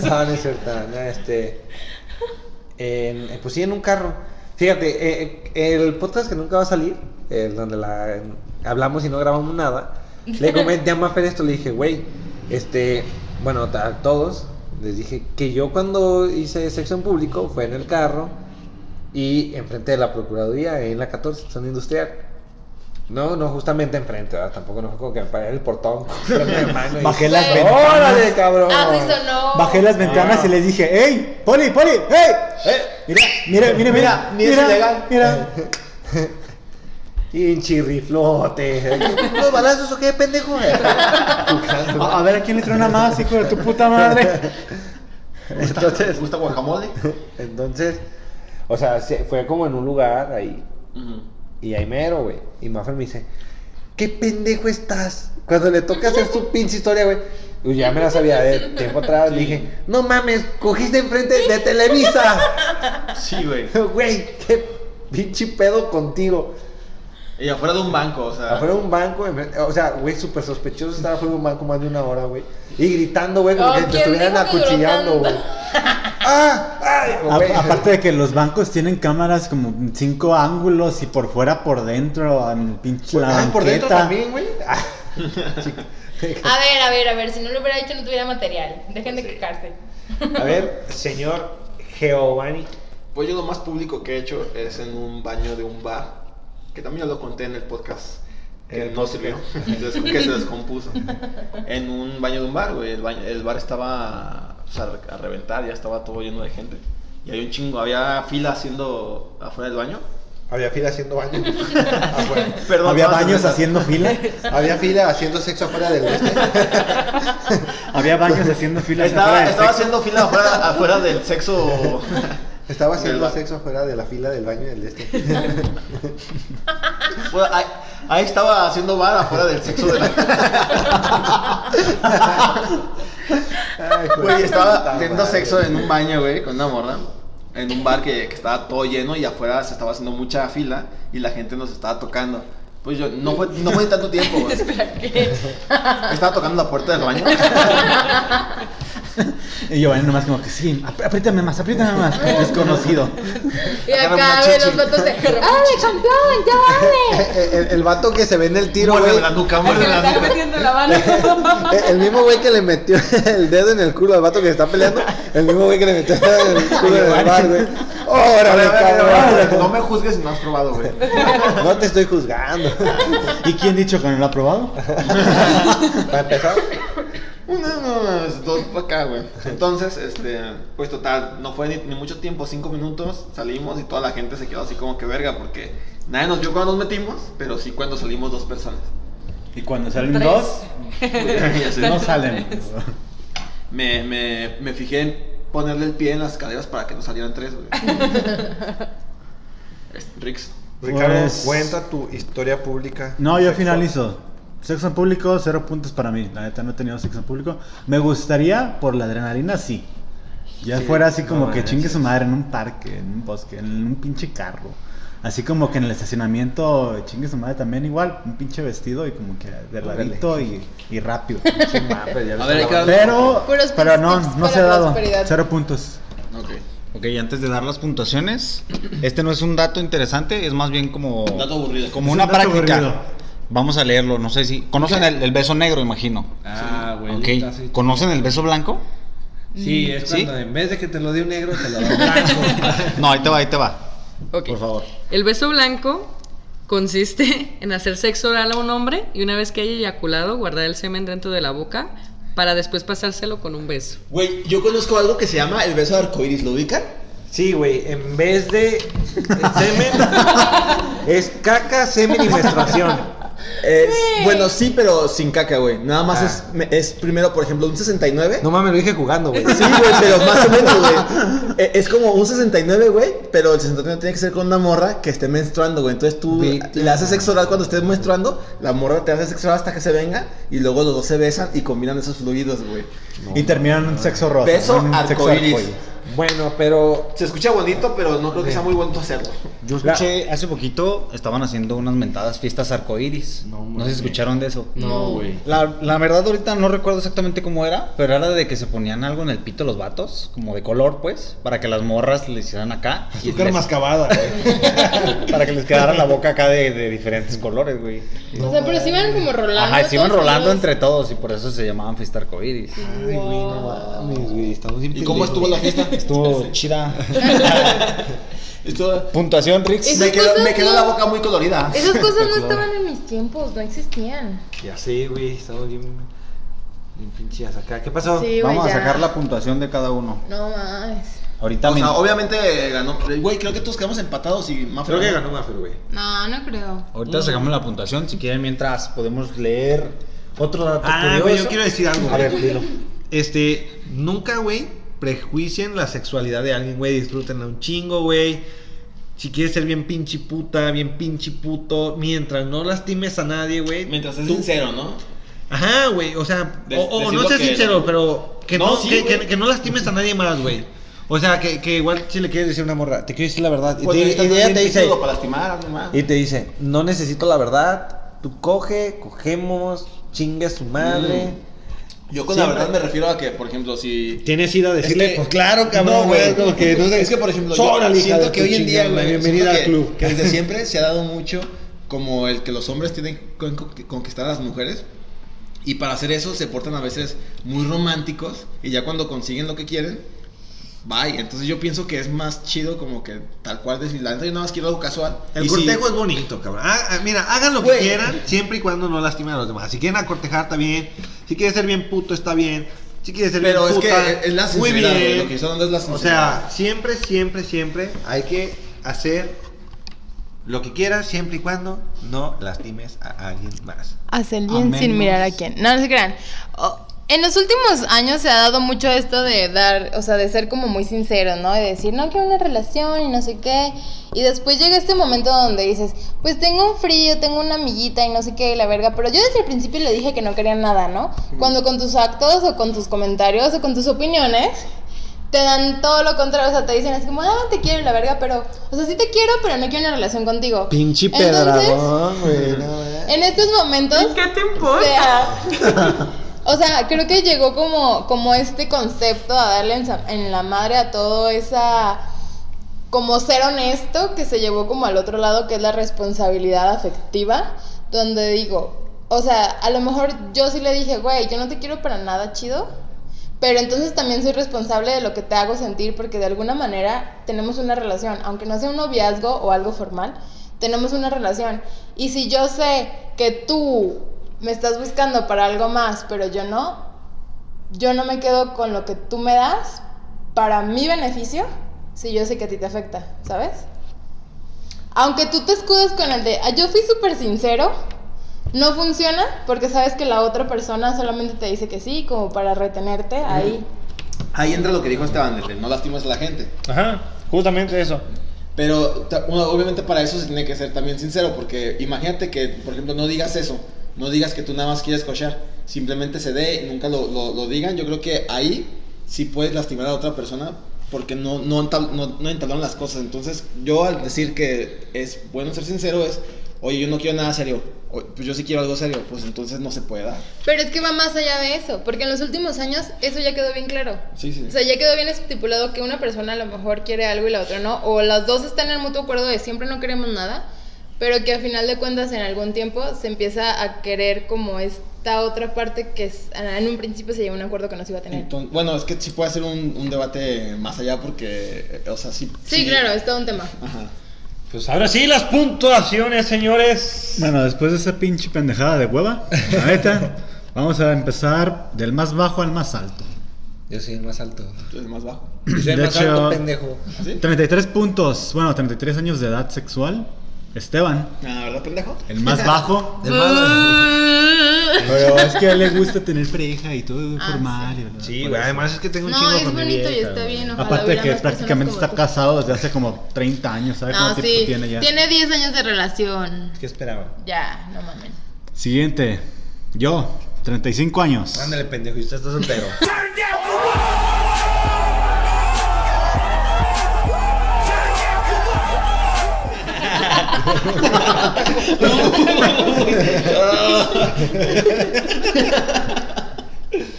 Speaker 7: No, no es cierto. no, este, en- pues sí, en un carro. Fíjate, eh, eh, el podcast que nunca va a salir, el donde la, en- hablamos y no grabamos nada, le comenté a Mafer esto, le dije, güey, este, bueno, a todos, les dije que yo cuando hice sexo en público fue en el carro y enfrente de la Procuraduría, en la 14, zona industrial. No, no justamente enfrente, ¿verdad? tampoco no fue como que me paré en el portón.
Speaker 4: Bajé
Speaker 2: las
Speaker 4: ventanas.
Speaker 2: Oh,
Speaker 7: ¡Órale, cabrón!
Speaker 2: Así sonó.
Speaker 4: Bajé las ventanas y les dije, ¡Ey! ¡Poli, poli! ¡Ey!
Speaker 3: Eh,
Speaker 4: Mira, mira, mira, mira,
Speaker 3: ni es
Speaker 4: mira,
Speaker 3: ilegal.
Speaker 4: mira.
Speaker 7: Pinche riflote. ¿Los balazos o qué, pendejo?
Speaker 4: A, a ver, ¿a quién le trae una más, hijo de tu puta madre?
Speaker 7: Entonces,
Speaker 3: ¿Te gusta guacamole?
Speaker 7: entonces, o sea, se- fue como en un lugar ahí.
Speaker 3: Ujú.
Speaker 7: Y ahí mero, güey. Y Maffer me dice, ¿qué pendejo estás? Cuando le toca hacer su pinche historia, güey. Yo ya me la sabía de tiempo atrás. Le dije, no mames, cogiste enfrente de Televisa.
Speaker 3: Sí, güey.
Speaker 7: Güey, qué pinche pedo contigo.
Speaker 3: Y afuera de un banco, o sea.
Speaker 7: Afuera de un banco, Ah, en vez- o sea, güey, súper sospechoso, estaba afuera de un banco más de una hora, güey. Y gritando, güey, como
Speaker 2: Oh,
Speaker 7: que te
Speaker 2: ¿quién
Speaker 7: estuvieran
Speaker 2: dijo que duró
Speaker 7: acuchillando,
Speaker 2: tanto?
Speaker 7: güey. ¡Ah! ¡Ay!
Speaker 4: A-
Speaker 7: güey.
Speaker 4: aparte de que los bancos tienen cámaras como en cinco ángulos y por fuera por dentro, en pinche la
Speaker 7: Ah, por dentro
Speaker 4: banqueta.
Speaker 7: también, güey. Ah,
Speaker 2: A ver, a ver, a ver, si no lo hubiera hecho no tuviera material. Dejen de quejarse.
Speaker 7: A ver, señor Giovanni.
Speaker 3: Pues yo lo más público que he hecho es en un baño de un bar, que también ya lo conté en el podcast, que
Speaker 7: El
Speaker 3: no sirvió, que se descompuso. En un baño de un bar, güey, el, baño- el bar estaba pues, a, a reventar, ya estaba todo lleno de gente. Y había un chingo, había fila haciendo afuera del baño.
Speaker 7: Había fila haciendo baño. Afuera.
Speaker 3: Perdón,
Speaker 4: Había
Speaker 3: no,
Speaker 4: baños
Speaker 3: cerveza.
Speaker 4: haciendo fila.
Speaker 7: Había fila haciendo sexo afuera del este.
Speaker 4: Había baños haciendo fila.
Speaker 3: Estaba,
Speaker 4: afuera del
Speaker 3: estaba
Speaker 4: sexo.
Speaker 3: haciendo fila afuera, afuera del sexo.
Speaker 7: Estaba
Speaker 3: Del
Speaker 7: haciendo
Speaker 3: ba-
Speaker 7: sexo afuera de la fila del baño del este.
Speaker 3: Bueno, ahí, ahí estaba haciendo bar afuera del sexo de la.
Speaker 7: Ay, güey,
Speaker 3: Güey, estaba
Speaker 7: puta
Speaker 3: teniendo
Speaker 7: madre.
Speaker 3: sexo en un baño, güey, con una morra. En un bar que, que estaba todo lleno y afuera se estaba haciendo mucha fila y la gente nos estaba tocando. Pues yo, no fue, no fue tanto tiempo, güey.
Speaker 2: Espera, ¿qué?
Speaker 3: Estaba tocando la puerta del baño.
Speaker 4: Y yo, bueno, nomás como que sí, ap- apriétame más, apriétame más. Desconocido.
Speaker 2: Y
Speaker 7: Agarra
Speaker 2: acá
Speaker 7: una
Speaker 2: ve los
Speaker 7: chichi.
Speaker 2: vatos de. ¡Dale, campeón! ¡Ya dale!
Speaker 7: Eh, eh, El, el vato que se ve en el tiro, güey.
Speaker 3: Muérdeme la nuca,
Speaker 6: El que
Speaker 3: muérdeme
Speaker 6: le
Speaker 3: la
Speaker 6: está
Speaker 3: nuca.
Speaker 6: metiendo la mano.
Speaker 7: Eh, El mismo güey que le metió el dedo en el culo al vato que se está peleando. El mismo güey que le metió el dedo en el culo en el bar, güey.
Speaker 3: A ver,
Speaker 7: ¡Órale,
Speaker 3: a ver, a ver, a ver, No
Speaker 7: cabrón!
Speaker 3: me juzgues si no has probado, güey.
Speaker 7: No te estoy juzgando.
Speaker 4: ¿Y quién dicho que no lo ha probado?
Speaker 7: Para empezar,
Speaker 3: Una, unas dos para acá, güey. Entonces, este, pues total, no fue ni, ni mucho tiempo, cinco minutos, salimos y toda la gente se quedó así como que verga, porque nadie nos vio cuando nos metimos, pero sí cuando salimos dos personas.
Speaker 4: Y cuando salen
Speaker 6: Tres.
Speaker 4: dos,
Speaker 3: Y así,
Speaker 4: no salen.
Speaker 3: me, me, me fijé en ponerle el pie en las caderas para que no salieran tres, güey. Este, Rix.
Speaker 7: Ricardo,
Speaker 4: Pues-
Speaker 7: cuenta tu historia pública.
Speaker 4: No, yo
Speaker 7: Sexo.
Speaker 4: finalizo. Sexo en público, cero puntos para mí. La neta no he tenido sexo en público. Me gustaría por la adrenalina, sí. Ya
Speaker 7: Sí,
Speaker 4: fuera así como
Speaker 7: no,
Speaker 4: que
Speaker 7: eh,
Speaker 4: chingue
Speaker 7: sí,
Speaker 4: su madre en un parque, en un bosque, en un pinche carro. Así como que en el estacionamiento chingue su madre también igual, un pinche vestido y como que de
Speaker 7: Órale.
Speaker 4: ladito y, y rápido.
Speaker 7: Ah, pero ya lo
Speaker 3: A ver, hay que
Speaker 7: estaba-
Speaker 3: darle-
Speaker 4: Pero,
Speaker 2: Puros
Speaker 4: pero
Speaker 2: tips,
Speaker 4: no,
Speaker 2: tips
Speaker 4: no
Speaker 2: para
Speaker 4: se ha dado.
Speaker 2: prosperidad.
Speaker 4: Cero puntos.
Speaker 3: Ok.
Speaker 12: Ok, y antes de dar las puntuaciones, este no es un dato interesante, es más bien como,
Speaker 3: Dato aburrido.
Speaker 12: como
Speaker 4: Es
Speaker 12: una
Speaker 4: un dato
Speaker 12: práctica.
Speaker 4: aburrido.
Speaker 12: Vamos a leerlo, no sé si. ¿Conocen el, el beso negro, imagino?
Speaker 5: Ah, güey.
Speaker 12: ok.
Speaker 5: está así.
Speaker 12: ¿Conocen el beso blanco?
Speaker 5: Sí, es
Speaker 12: ¿Sí?
Speaker 5: cuando en vez de que te lo dé un negro, te lo da un blanco.
Speaker 12: No, ahí te va, ahí te va.
Speaker 6: Ok.
Speaker 12: Por favor.
Speaker 6: El beso blanco consiste en hacer sexo oral a un hombre y una vez que haya eyaculado, guardar el semen dentro de la boca para después pasárselo con un beso.
Speaker 3: Güey, yo conozco algo que se llama el beso de arcoiris, ¿lo ubican?
Speaker 7: Sí, güey, en vez de semen, es caca, semen y menstruación.
Speaker 2: Güey.
Speaker 3: bueno, sí, pero sin caca, güey. Nada más
Speaker 7: Ah.
Speaker 3: es, me- es primero, por ejemplo, un 69.
Speaker 7: No mames, lo dije jugando, güey.
Speaker 3: Sí, güey, pero más o menos, güey. E- Es como un 69, güey, pero el 69 tiene que ser con una morra que esté menstruando, güey. Entonces tú
Speaker 7: Vete.
Speaker 3: le haces sexo oral cuando estés menstruando, la morra te hace sexo oral hasta que se venga y luego los dos se besan y combinan esos fluidos, güey.
Speaker 4: y terminan en un sexo rosa.
Speaker 3: Beso
Speaker 4: en un sexo
Speaker 3: arcoíris.
Speaker 4: arcoíris.
Speaker 7: Bueno, pero
Speaker 3: Se escucha bonito, pero no creo que sea muy bonito hacerlo.
Speaker 12: Yo
Speaker 7: La-
Speaker 12: escuché hace poquito, estaban haciendo unas mentadas fiestas arcoíris.
Speaker 5: No,
Speaker 12: No,
Speaker 5: mames.
Speaker 12: no sé si escucharon de eso.
Speaker 5: No, güey.
Speaker 12: La, la verdad ahorita no recuerdo exactamente cómo era, pero era de que se ponían algo en el pito los vatos, como de color pues, para que las morras le hicieran acá. y
Speaker 5: Azúcar
Speaker 12: les-
Speaker 5: mascabada, güey.
Speaker 12: para que les quedara la boca acá de, de diferentes colores, güey.
Speaker 2: O sea, pero si iban como rolando.
Speaker 12: Ajá, y se iban
Speaker 2: todos
Speaker 12: rolando
Speaker 2: juntos.
Speaker 12: entre todos y por eso se llamaban fiesta arcoíris.
Speaker 7: Ay, güey, no mames, güey, estamos bien pendejos.
Speaker 3: fiesta?
Speaker 12: Estuvo chida.
Speaker 3: Estuvo-
Speaker 12: Puntuación, Rix.
Speaker 2: Esas
Speaker 3: Me quedó,
Speaker 2: cosas
Speaker 3: me quedó
Speaker 2: no-
Speaker 3: la boca muy colorida.
Speaker 2: Esas cosas no estaban en mis tiempos, no existían.
Speaker 7: Ya sé, güey, estamos bien. Bien pinches acá. ¿Qué pasó?
Speaker 2: Sí, güey,
Speaker 12: Vamos a
Speaker 2: ya.
Speaker 12: sacar la puntuación de cada uno.
Speaker 2: No más.
Speaker 12: Ahorita
Speaker 3: O sea,
Speaker 12: mismo.
Speaker 3: obviamente eh, ganó. Güey, creo que todos quedamos empatados y más
Speaker 7: Creo que ganó Maffer, güey.
Speaker 2: No, no creo.
Speaker 12: Ahorita sacamos la puntuación, si quieren mientras podemos leer otro dato
Speaker 5: Ah,
Speaker 12: curioso.
Speaker 5: güey, yo quiero decir algo.
Speaker 7: A
Speaker 5: güey.
Speaker 7: ver, dilo.
Speaker 5: Este, nunca, güey, prejuicien la sexualidad de alguien, güey. Disfrútenla un chingo, güey. Si quieres ser bien pinche puta, bien pinche puto, mientras no lastimes a nadie, güey. tú-
Speaker 3: sincero, ¿no?
Speaker 5: Ajá, güey. O sea,
Speaker 3: De-
Speaker 5: o, o
Speaker 3: decir
Speaker 5: no
Speaker 3: lo
Speaker 5: seas
Speaker 3: que-
Speaker 5: sincero, pero que
Speaker 3: No,
Speaker 5: no,
Speaker 3: sí,
Speaker 5: que,
Speaker 3: güey.
Speaker 5: que- que no lastimes a nadie más, güey.
Speaker 7: O sea, que, que igual si le quieres decir a una morra, te quiero decir la verdad. Y,
Speaker 3: Cuando
Speaker 7: te-
Speaker 3: estás
Speaker 7: y ella
Speaker 3: bien
Speaker 7: te dice,
Speaker 3: pitudo Para lastimar, algo más.
Speaker 7: y te dice, no necesito la verdad, tú coge, cogemos, chingue a su madre.
Speaker 3: Yo con la
Speaker 7: Siempre.
Speaker 3: verdad me refiero a que, por ejemplo, si.
Speaker 7: Mm. Tienes ido a decirle,
Speaker 3: que-
Speaker 7: pues claro, cabrón,
Speaker 3: No,
Speaker 7: güey, es como que no sé.
Speaker 3: es que, por ejemplo,
Speaker 7: Sobra,
Speaker 3: yo
Speaker 7: hija
Speaker 3: siento
Speaker 7: de
Speaker 3: que
Speaker 7: tu
Speaker 3: hoy en día,
Speaker 7: chingada,
Speaker 3: güey,
Speaker 7: Bienvenida al
Speaker 3: siento que-
Speaker 7: club.
Speaker 3: Que desde siempre se ha dado mucho como el que los hombres tienen que con- conquistar a las mujeres. Y para hacer eso se portan a veces muy románticos. Y ya cuando consiguen lo que quieren, bye. Entonces yo pienso que es más chido como que tal cual decir, la neta yo nada más quiero algo casual.
Speaker 7: El
Speaker 3: Y si-
Speaker 7: cortejo es bonito, cabrón. Ah, ah, mira, hagan lo que
Speaker 3: Güey.
Speaker 7: quieran, siempre y cuando no lastimen a los demás. Si quieren acortejar, está bien. Si quieres ser bien puto, está bien. Si quieres ser
Speaker 3: Pero
Speaker 7: bien
Speaker 3: es que
Speaker 7: puta,
Speaker 3: es la
Speaker 7: muy
Speaker 3: sinceridad, güey, Lo que
Speaker 7: bien.
Speaker 3: están dando es la
Speaker 7: O
Speaker 3: sinceridad.
Speaker 7: sea, siempre, siempre, siempre hay que hacer lo que quieras, siempre y cuando no lastimes a alguien más.
Speaker 2: Hacer
Speaker 12: A
Speaker 2: bien sin
Speaker 12: menos-
Speaker 2: mirar a quién. No, no se crean. O- en los últimos años se ha dado mucho esto de dar, o sea, de ser como muy sincero, ¿no? De decir, no quiero una relación y no sé qué. Y después llega este momento donde dices, pues tengo un frío, tengo una amiguita y no sé qué, y la verga. Pero yo desde el principio le dije que no quería nada, ¿no? Cuando con tus actos o con tus comentarios o con tus opiniones te dan todo lo contrario, o sea, te dicen es como, ah, te quiero y la verga, pero, o sea, sí te quiero, pero no quiero una relación contigo.
Speaker 5: Pinche
Speaker 2: Entonces,
Speaker 5: pedradón, güey. no, eh.
Speaker 2: En estos momentos
Speaker 6: ¿Qué te
Speaker 2: o
Speaker 6: importa?
Speaker 2: sea, o sea, creo que llegó como, como este concepto a darle en, sa- en la madre a todo esa como ser honesto que se llevó como al otro lado que es la responsabilidad afectiva, donde digo, o sea, a lo mejor yo sí le dije, güey, yo no te quiero para nada chido, pero entonces también soy responsable de lo que te hago sentir porque de alguna manera tenemos una relación, aunque no sea un noviazgo o algo formal, tenemos una relación. Y si yo sé que tú me estás buscando para algo más, pero yo no, yo no me quedo con lo que tú me das para mi beneficio si yo sé que a ti te afecta, ¿sabes? Aunque tú te escudes con el de, "Ah, yo fui súper sincero, no funciona porque sabes que la otra persona solamente te dice que sí, como para retenerte ahí.
Speaker 3: Ahí entra lo que dijo Esteban, de que no lastimas a la gente.
Speaker 7: Ajá, justamente eso.
Speaker 3: Pero ta- uno, obviamente para eso se tiene que ser también sincero, porque imagínate que, por ejemplo, no digas eso, no digas que tú nada más quieres cochar, simplemente se dé, nunca lo, lo- lo digan. Yo creo que ahí sí puedes lastimar a otra persona porque no, no, entab- no, no entablaron las cosas. Entonces, yo al decir que es bueno ser sincero es, oye, yo no quiero nada serio, o, pues yo sí quiero algo serio, pues entonces no se puede dar.
Speaker 2: Pero es que va más allá de eso, porque en los últimos años eso ya quedó bien claro.
Speaker 3: Sí, sí.
Speaker 2: O sea, ya quedó bien estipulado que una persona a lo mejor quiere algo y la otra no, o las dos están en el mutuo acuerdo de siempre no queremos nada, pero que al final de cuentas en algún tiempo se empieza a querer como esta otra parte que es- ah, en un principio se llegó a un acuerdo que no se iba a tener.
Speaker 3: Enton- bueno, es que sí puede ser un, un debate más allá porque, eh, o sea, sí.
Speaker 2: sí, claro, es todo un tema.
Speaker 3: Ajá.
Speaker 7: Pues ahora sí, las puntuaciones, señores.
Speaker 4: Bueno, después de esa pinche pendejada de hueva, la neta, vamos a empezar del más bajo al más alto.
Speaker 5: Yo soy el más alto.
Speaker 3: Entonces, más bajo.
Speaker 5: Yo soy el
Speaker 4: De
Speaker 5: más
Speaker 4: hecho-
Speaker 5: alto, pendejo.
Speaker 3: ¿Sí?
Speaker 4: 33 puntos, bueno, 33 años de edad sexual. Esteban,
Speaker 3: Ah, ¿verdad, pendejo?
Speaker 4: el más bajo.
Speaker 5: El más-
Speaker 4: Pero es que a él le gusta tener pareja y todo
Speaker 2: Ah,
Speaker 4: formal. y bla,
Speaker 7: Sí,
Speaker 4: bla,
Speaker 7: güey,
Speaker 4: bla.
Speaker 7: además es que tengo un
Speaker 2: No,
Speaker 7: chingo
Speaker 2: es
Speaker 7: con mi
Speaker 2: bonito y
Speaker 7: vieja,
Speaker 2: está
Speaker 7: güey.
Speaker 2: bien, ojalá
Speaker 4: Aparte
Speaker 2: hubiera
Speaker 4: que
Speaker 2: más personas
Speaker 4: prácticamente
Speaker 2: como
Speaker 4: está
Speaker 2: tú.
Speaker 4: casado desde hace como 30 años, ¿sabes
Speaker 2: No,
Speaker 4: cuánto
Speaker 2: sí,
Speaker 4: tiempo tiene ya?
Speaker 2: 10 años de relación.
Speaker 7: ¿Qué esperaba?
Speaker 2: Ya, no mames.
Speaker 4: Siguiente, yo, 35 años.
Speaker 7: Ándale, pendejo, y usted está soltero.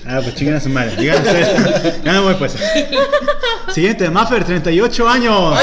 Speaker 4: Ah, pues chingan a su madre, digan ustedes. Ya me voy pues. Siguiente, Maffer, 38 años.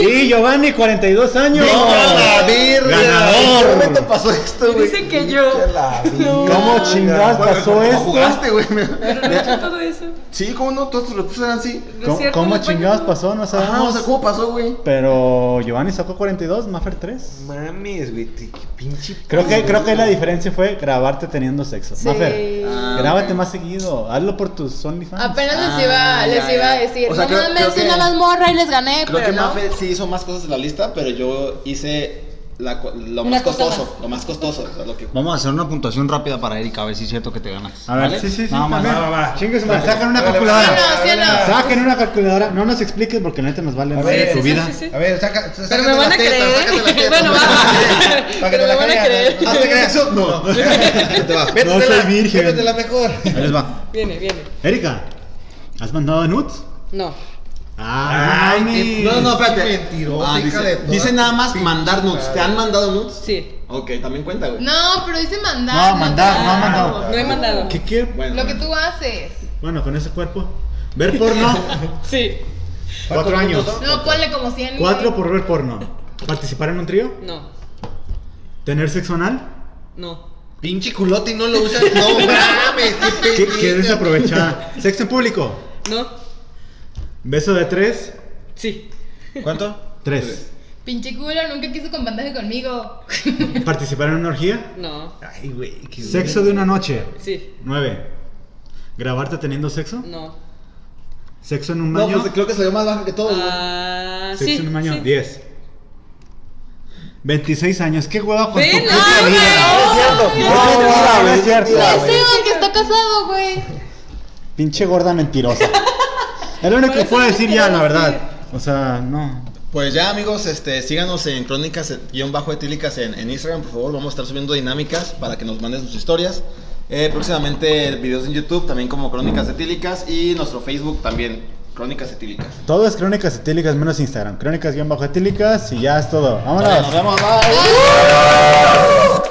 Speaker 4: Y Giovanni, 42 años.
Speaker 7: ¡Venga, la verga!
Speaker 4: ¡Ganador!
Speaker 3: ¿Cómo te pasó esto, güey?
Speaker 6: Dice que yo.
Speaker 7: Ah,
Speaker 4: ¿Cómo chingadas
Speaker 3: Bueno,
Speaker 4: pasó
Speaker 3: ¿cómo
Speaker 4: esto?
Speaker 3: jugaste, güey?
Speaker 6: Pero no he hecho todo eso.
Speaker 3: Sí, ¿cómo no? Todos los pusos eran así.
Speaker 6: No es
Speaker 4: ¿Cómo,
Speaker 6: cierto,
Speaker 4: cómo
Speaker 6: no fue
Speaker 4: chingadas
Speaker 6: yo.
Speaker 4: pasó?
Speaker 3: Ajá,
Speaker 4: No
Speaker 3: o
Speaker 4: sabemos.
Speaker 3: sea, ¿cómo pasó, güey?
Speaker 4: Pero Giovanni sacó 42, Maffer 3.
Speaker 7: Mames, güey, te- qué pinche.
Speaker 4: Creo que, creo que la diferencia fue grabarte teniendo sexo.
Speaker 2: Sí.
Speaker 4: Maffer,
Speaker 3: Ah,
Speaker 4: grábate
Speaker 3: ok.
Speaker 4: más seguido. Hazlo por tus OnlyFans.
Speaker 2: Apenas
Speaker 3: Ah,
Speaker 2: les iba, les
Speaker 3: ya,
Speaker 2: iba a
Speaker 3: ya.
Speaker 2: decir,
Speaker 3: O sea,
Speaker 2: no
Speaker 3: creo-
Speaker 2: mames,
Speaker 3: creo que-
Speaker 2: una mazmorra y les gané,
Speaker 3: Creo
Speaker 2: pero
Speaker 3: que
Speaker 2: no.
Speaker 3: Mafe sí hizo más cosas de la lista, pero yo hice la co- lo
Speaker 6: Una
Speaker 3: más
Speaker 6: cosa
Speaker 3: costoso. Lo más costoso. o sea, lo que...
Speaker 12: Vamos a hacer una puntuación rápida para Erika, a ver si es cierto que te ganas.
Speaker 4: A ver,
Speaker 12: ¿vale?
Speaker 4: sí, sí, sí.
Speaker 12: Nada más.
Speaker 4: también.
Speaker 7: va, va.
Speaker 4: Chingue su madre, Saquen una
Speaker 7: Vale,
Speaker 4: calculadora.
Speaker 2: vale, vale, Sí, no, sí, vale. no.
Speaker 4: Saquen una calculadora. No nos expliquen porque neta nos vale
Speaker 7: A
Speaker 4: madre
Speaker 7: ver,
Speaker 4: su
Speaker 7: sí,
Speaker 4: vida.
Speaker 6: sí, sí.
Speaker 7: A ver, saca.
Speaker 6: Pero me van a creer. Bueno, va.
Speaker 7: Para que
Speaker 6: Pero
Speaker 7: te
Speaker 6: me
Speaker 7: la
Speaker 6: van a
Speaker 7: creas.
Speaker 3: Ah,
Speaker 6: creer.
Speaker 7: ¿No te creas eso? No. Te va. Vétetela,
Speaker 4: soy virgen.
Speaker 7: vétetela mejor.
Speaker 4: Ahí les va.
Speaker 6: Viene, viene.
Speaker 4: Erika, ¿has mandado a Nuts?
Speaker 6: No.
Speaker 14: Ah,
Speaker 15: Ay,
Speaker 14: mami.
Speaker 15: qué-
Speaker 14: no, no, espérate.
Speaker 3: mentirosa,
Speaker 14: Ah,
Speaker 3: hija
Speaker 14: dice,
Speaker 3: de toda
Speaker 14: dice nada más
Speaker 3: pinche
Speaker 14: mandar nudes. ¿Te han mandado nudes?
Speaker 6: Sí.
Speaker 14: Ok, también cuenta, güey.
Speaker 2: No, pero dice mandar.
Speaker 15: No, mandar,
Speaker 2: te-
Speaker 15: no
Speaker 2: Ah,
Speaker 15: mandar.
Speaker 6: No he mandado.
Speaker 4: ¿Qué quiere?
Speaker 14: Bueno,
Speaker 2: Lo que tú haces.
Speaker 4: Bueno, con ese cuerpo. Ver porno.
Speaker 6: Sí.
Speaker 4: Cuatro años.
Speaker 2: No, ponle como 100.
Speaker 4: Cuatro por ver porno. Participar en un trío.
Speaker 6: No.
Speaker 4: Tener sexo anal.
Speaker 6: No.
Speaker 3: Pinche culote y no lo usas. No mames,
Speaker 4: ¿Qué, qué desaprovechada. Sexo en público.
Speaker 6: No.
Speaker 4: Beso de tres.
Speaker 6: Sí.
Speaker 4: ¿Cuánto? Tres.
Speaker 2: Pinche culo, nunca quiso compartirse conmigo.
Speaker 4: Participar en una orgía.
Speaker 6: No.
Speaker 3: Ay, güey. qué
Speaker 4: Sexo de una noche.
Speaker 6: Sí.
Speaker 4: Nueve. Grabarte teniendo sexo.
Speaker 6: No.
Speaker 4: Sexo en un
Speaker 14: No,
Speaker 4: baño.
Speaker 14: pues creo que salió más baja que todo, güey.
Speaker 6: Ah,
Speaker 4: Sexo
Speaker 6: sí.
Speaker 4: en un baño.
Speaker 6: sí.
Speaker 4: 10. 26 años. Qué hueva con tu
Speaker 6: Ven,
Speaker 4: puta
Speaker 6: ay,
Speaker 4: vida.
Speaker 6: güey.
Speaker 4: No, no es cierto.
Speaker 2: Esteban, que está casado, güey.
Speaker 4: Pinche gorda mentirosa. Es lo único que puedo decir ya, la verdad. O sea, no.
Speaker 3: Pues ya amigos, este, síganos en Crónicas guión bajo etílicas en, en Instagram, por favor. Vamos a estar subiendo dinámicas para que nos manden sus historias. Eh, próximamente videos en YouTube también como Crónicas etílicas y nuestro Facebook también, Crónicas etílicas.
Speaker 4: Todo es crónicas etílicas menos Instagram. Crónicas guión bajo etílicas y ya es todo. Vámonos.
Speaker 3: Nos vemos, bye.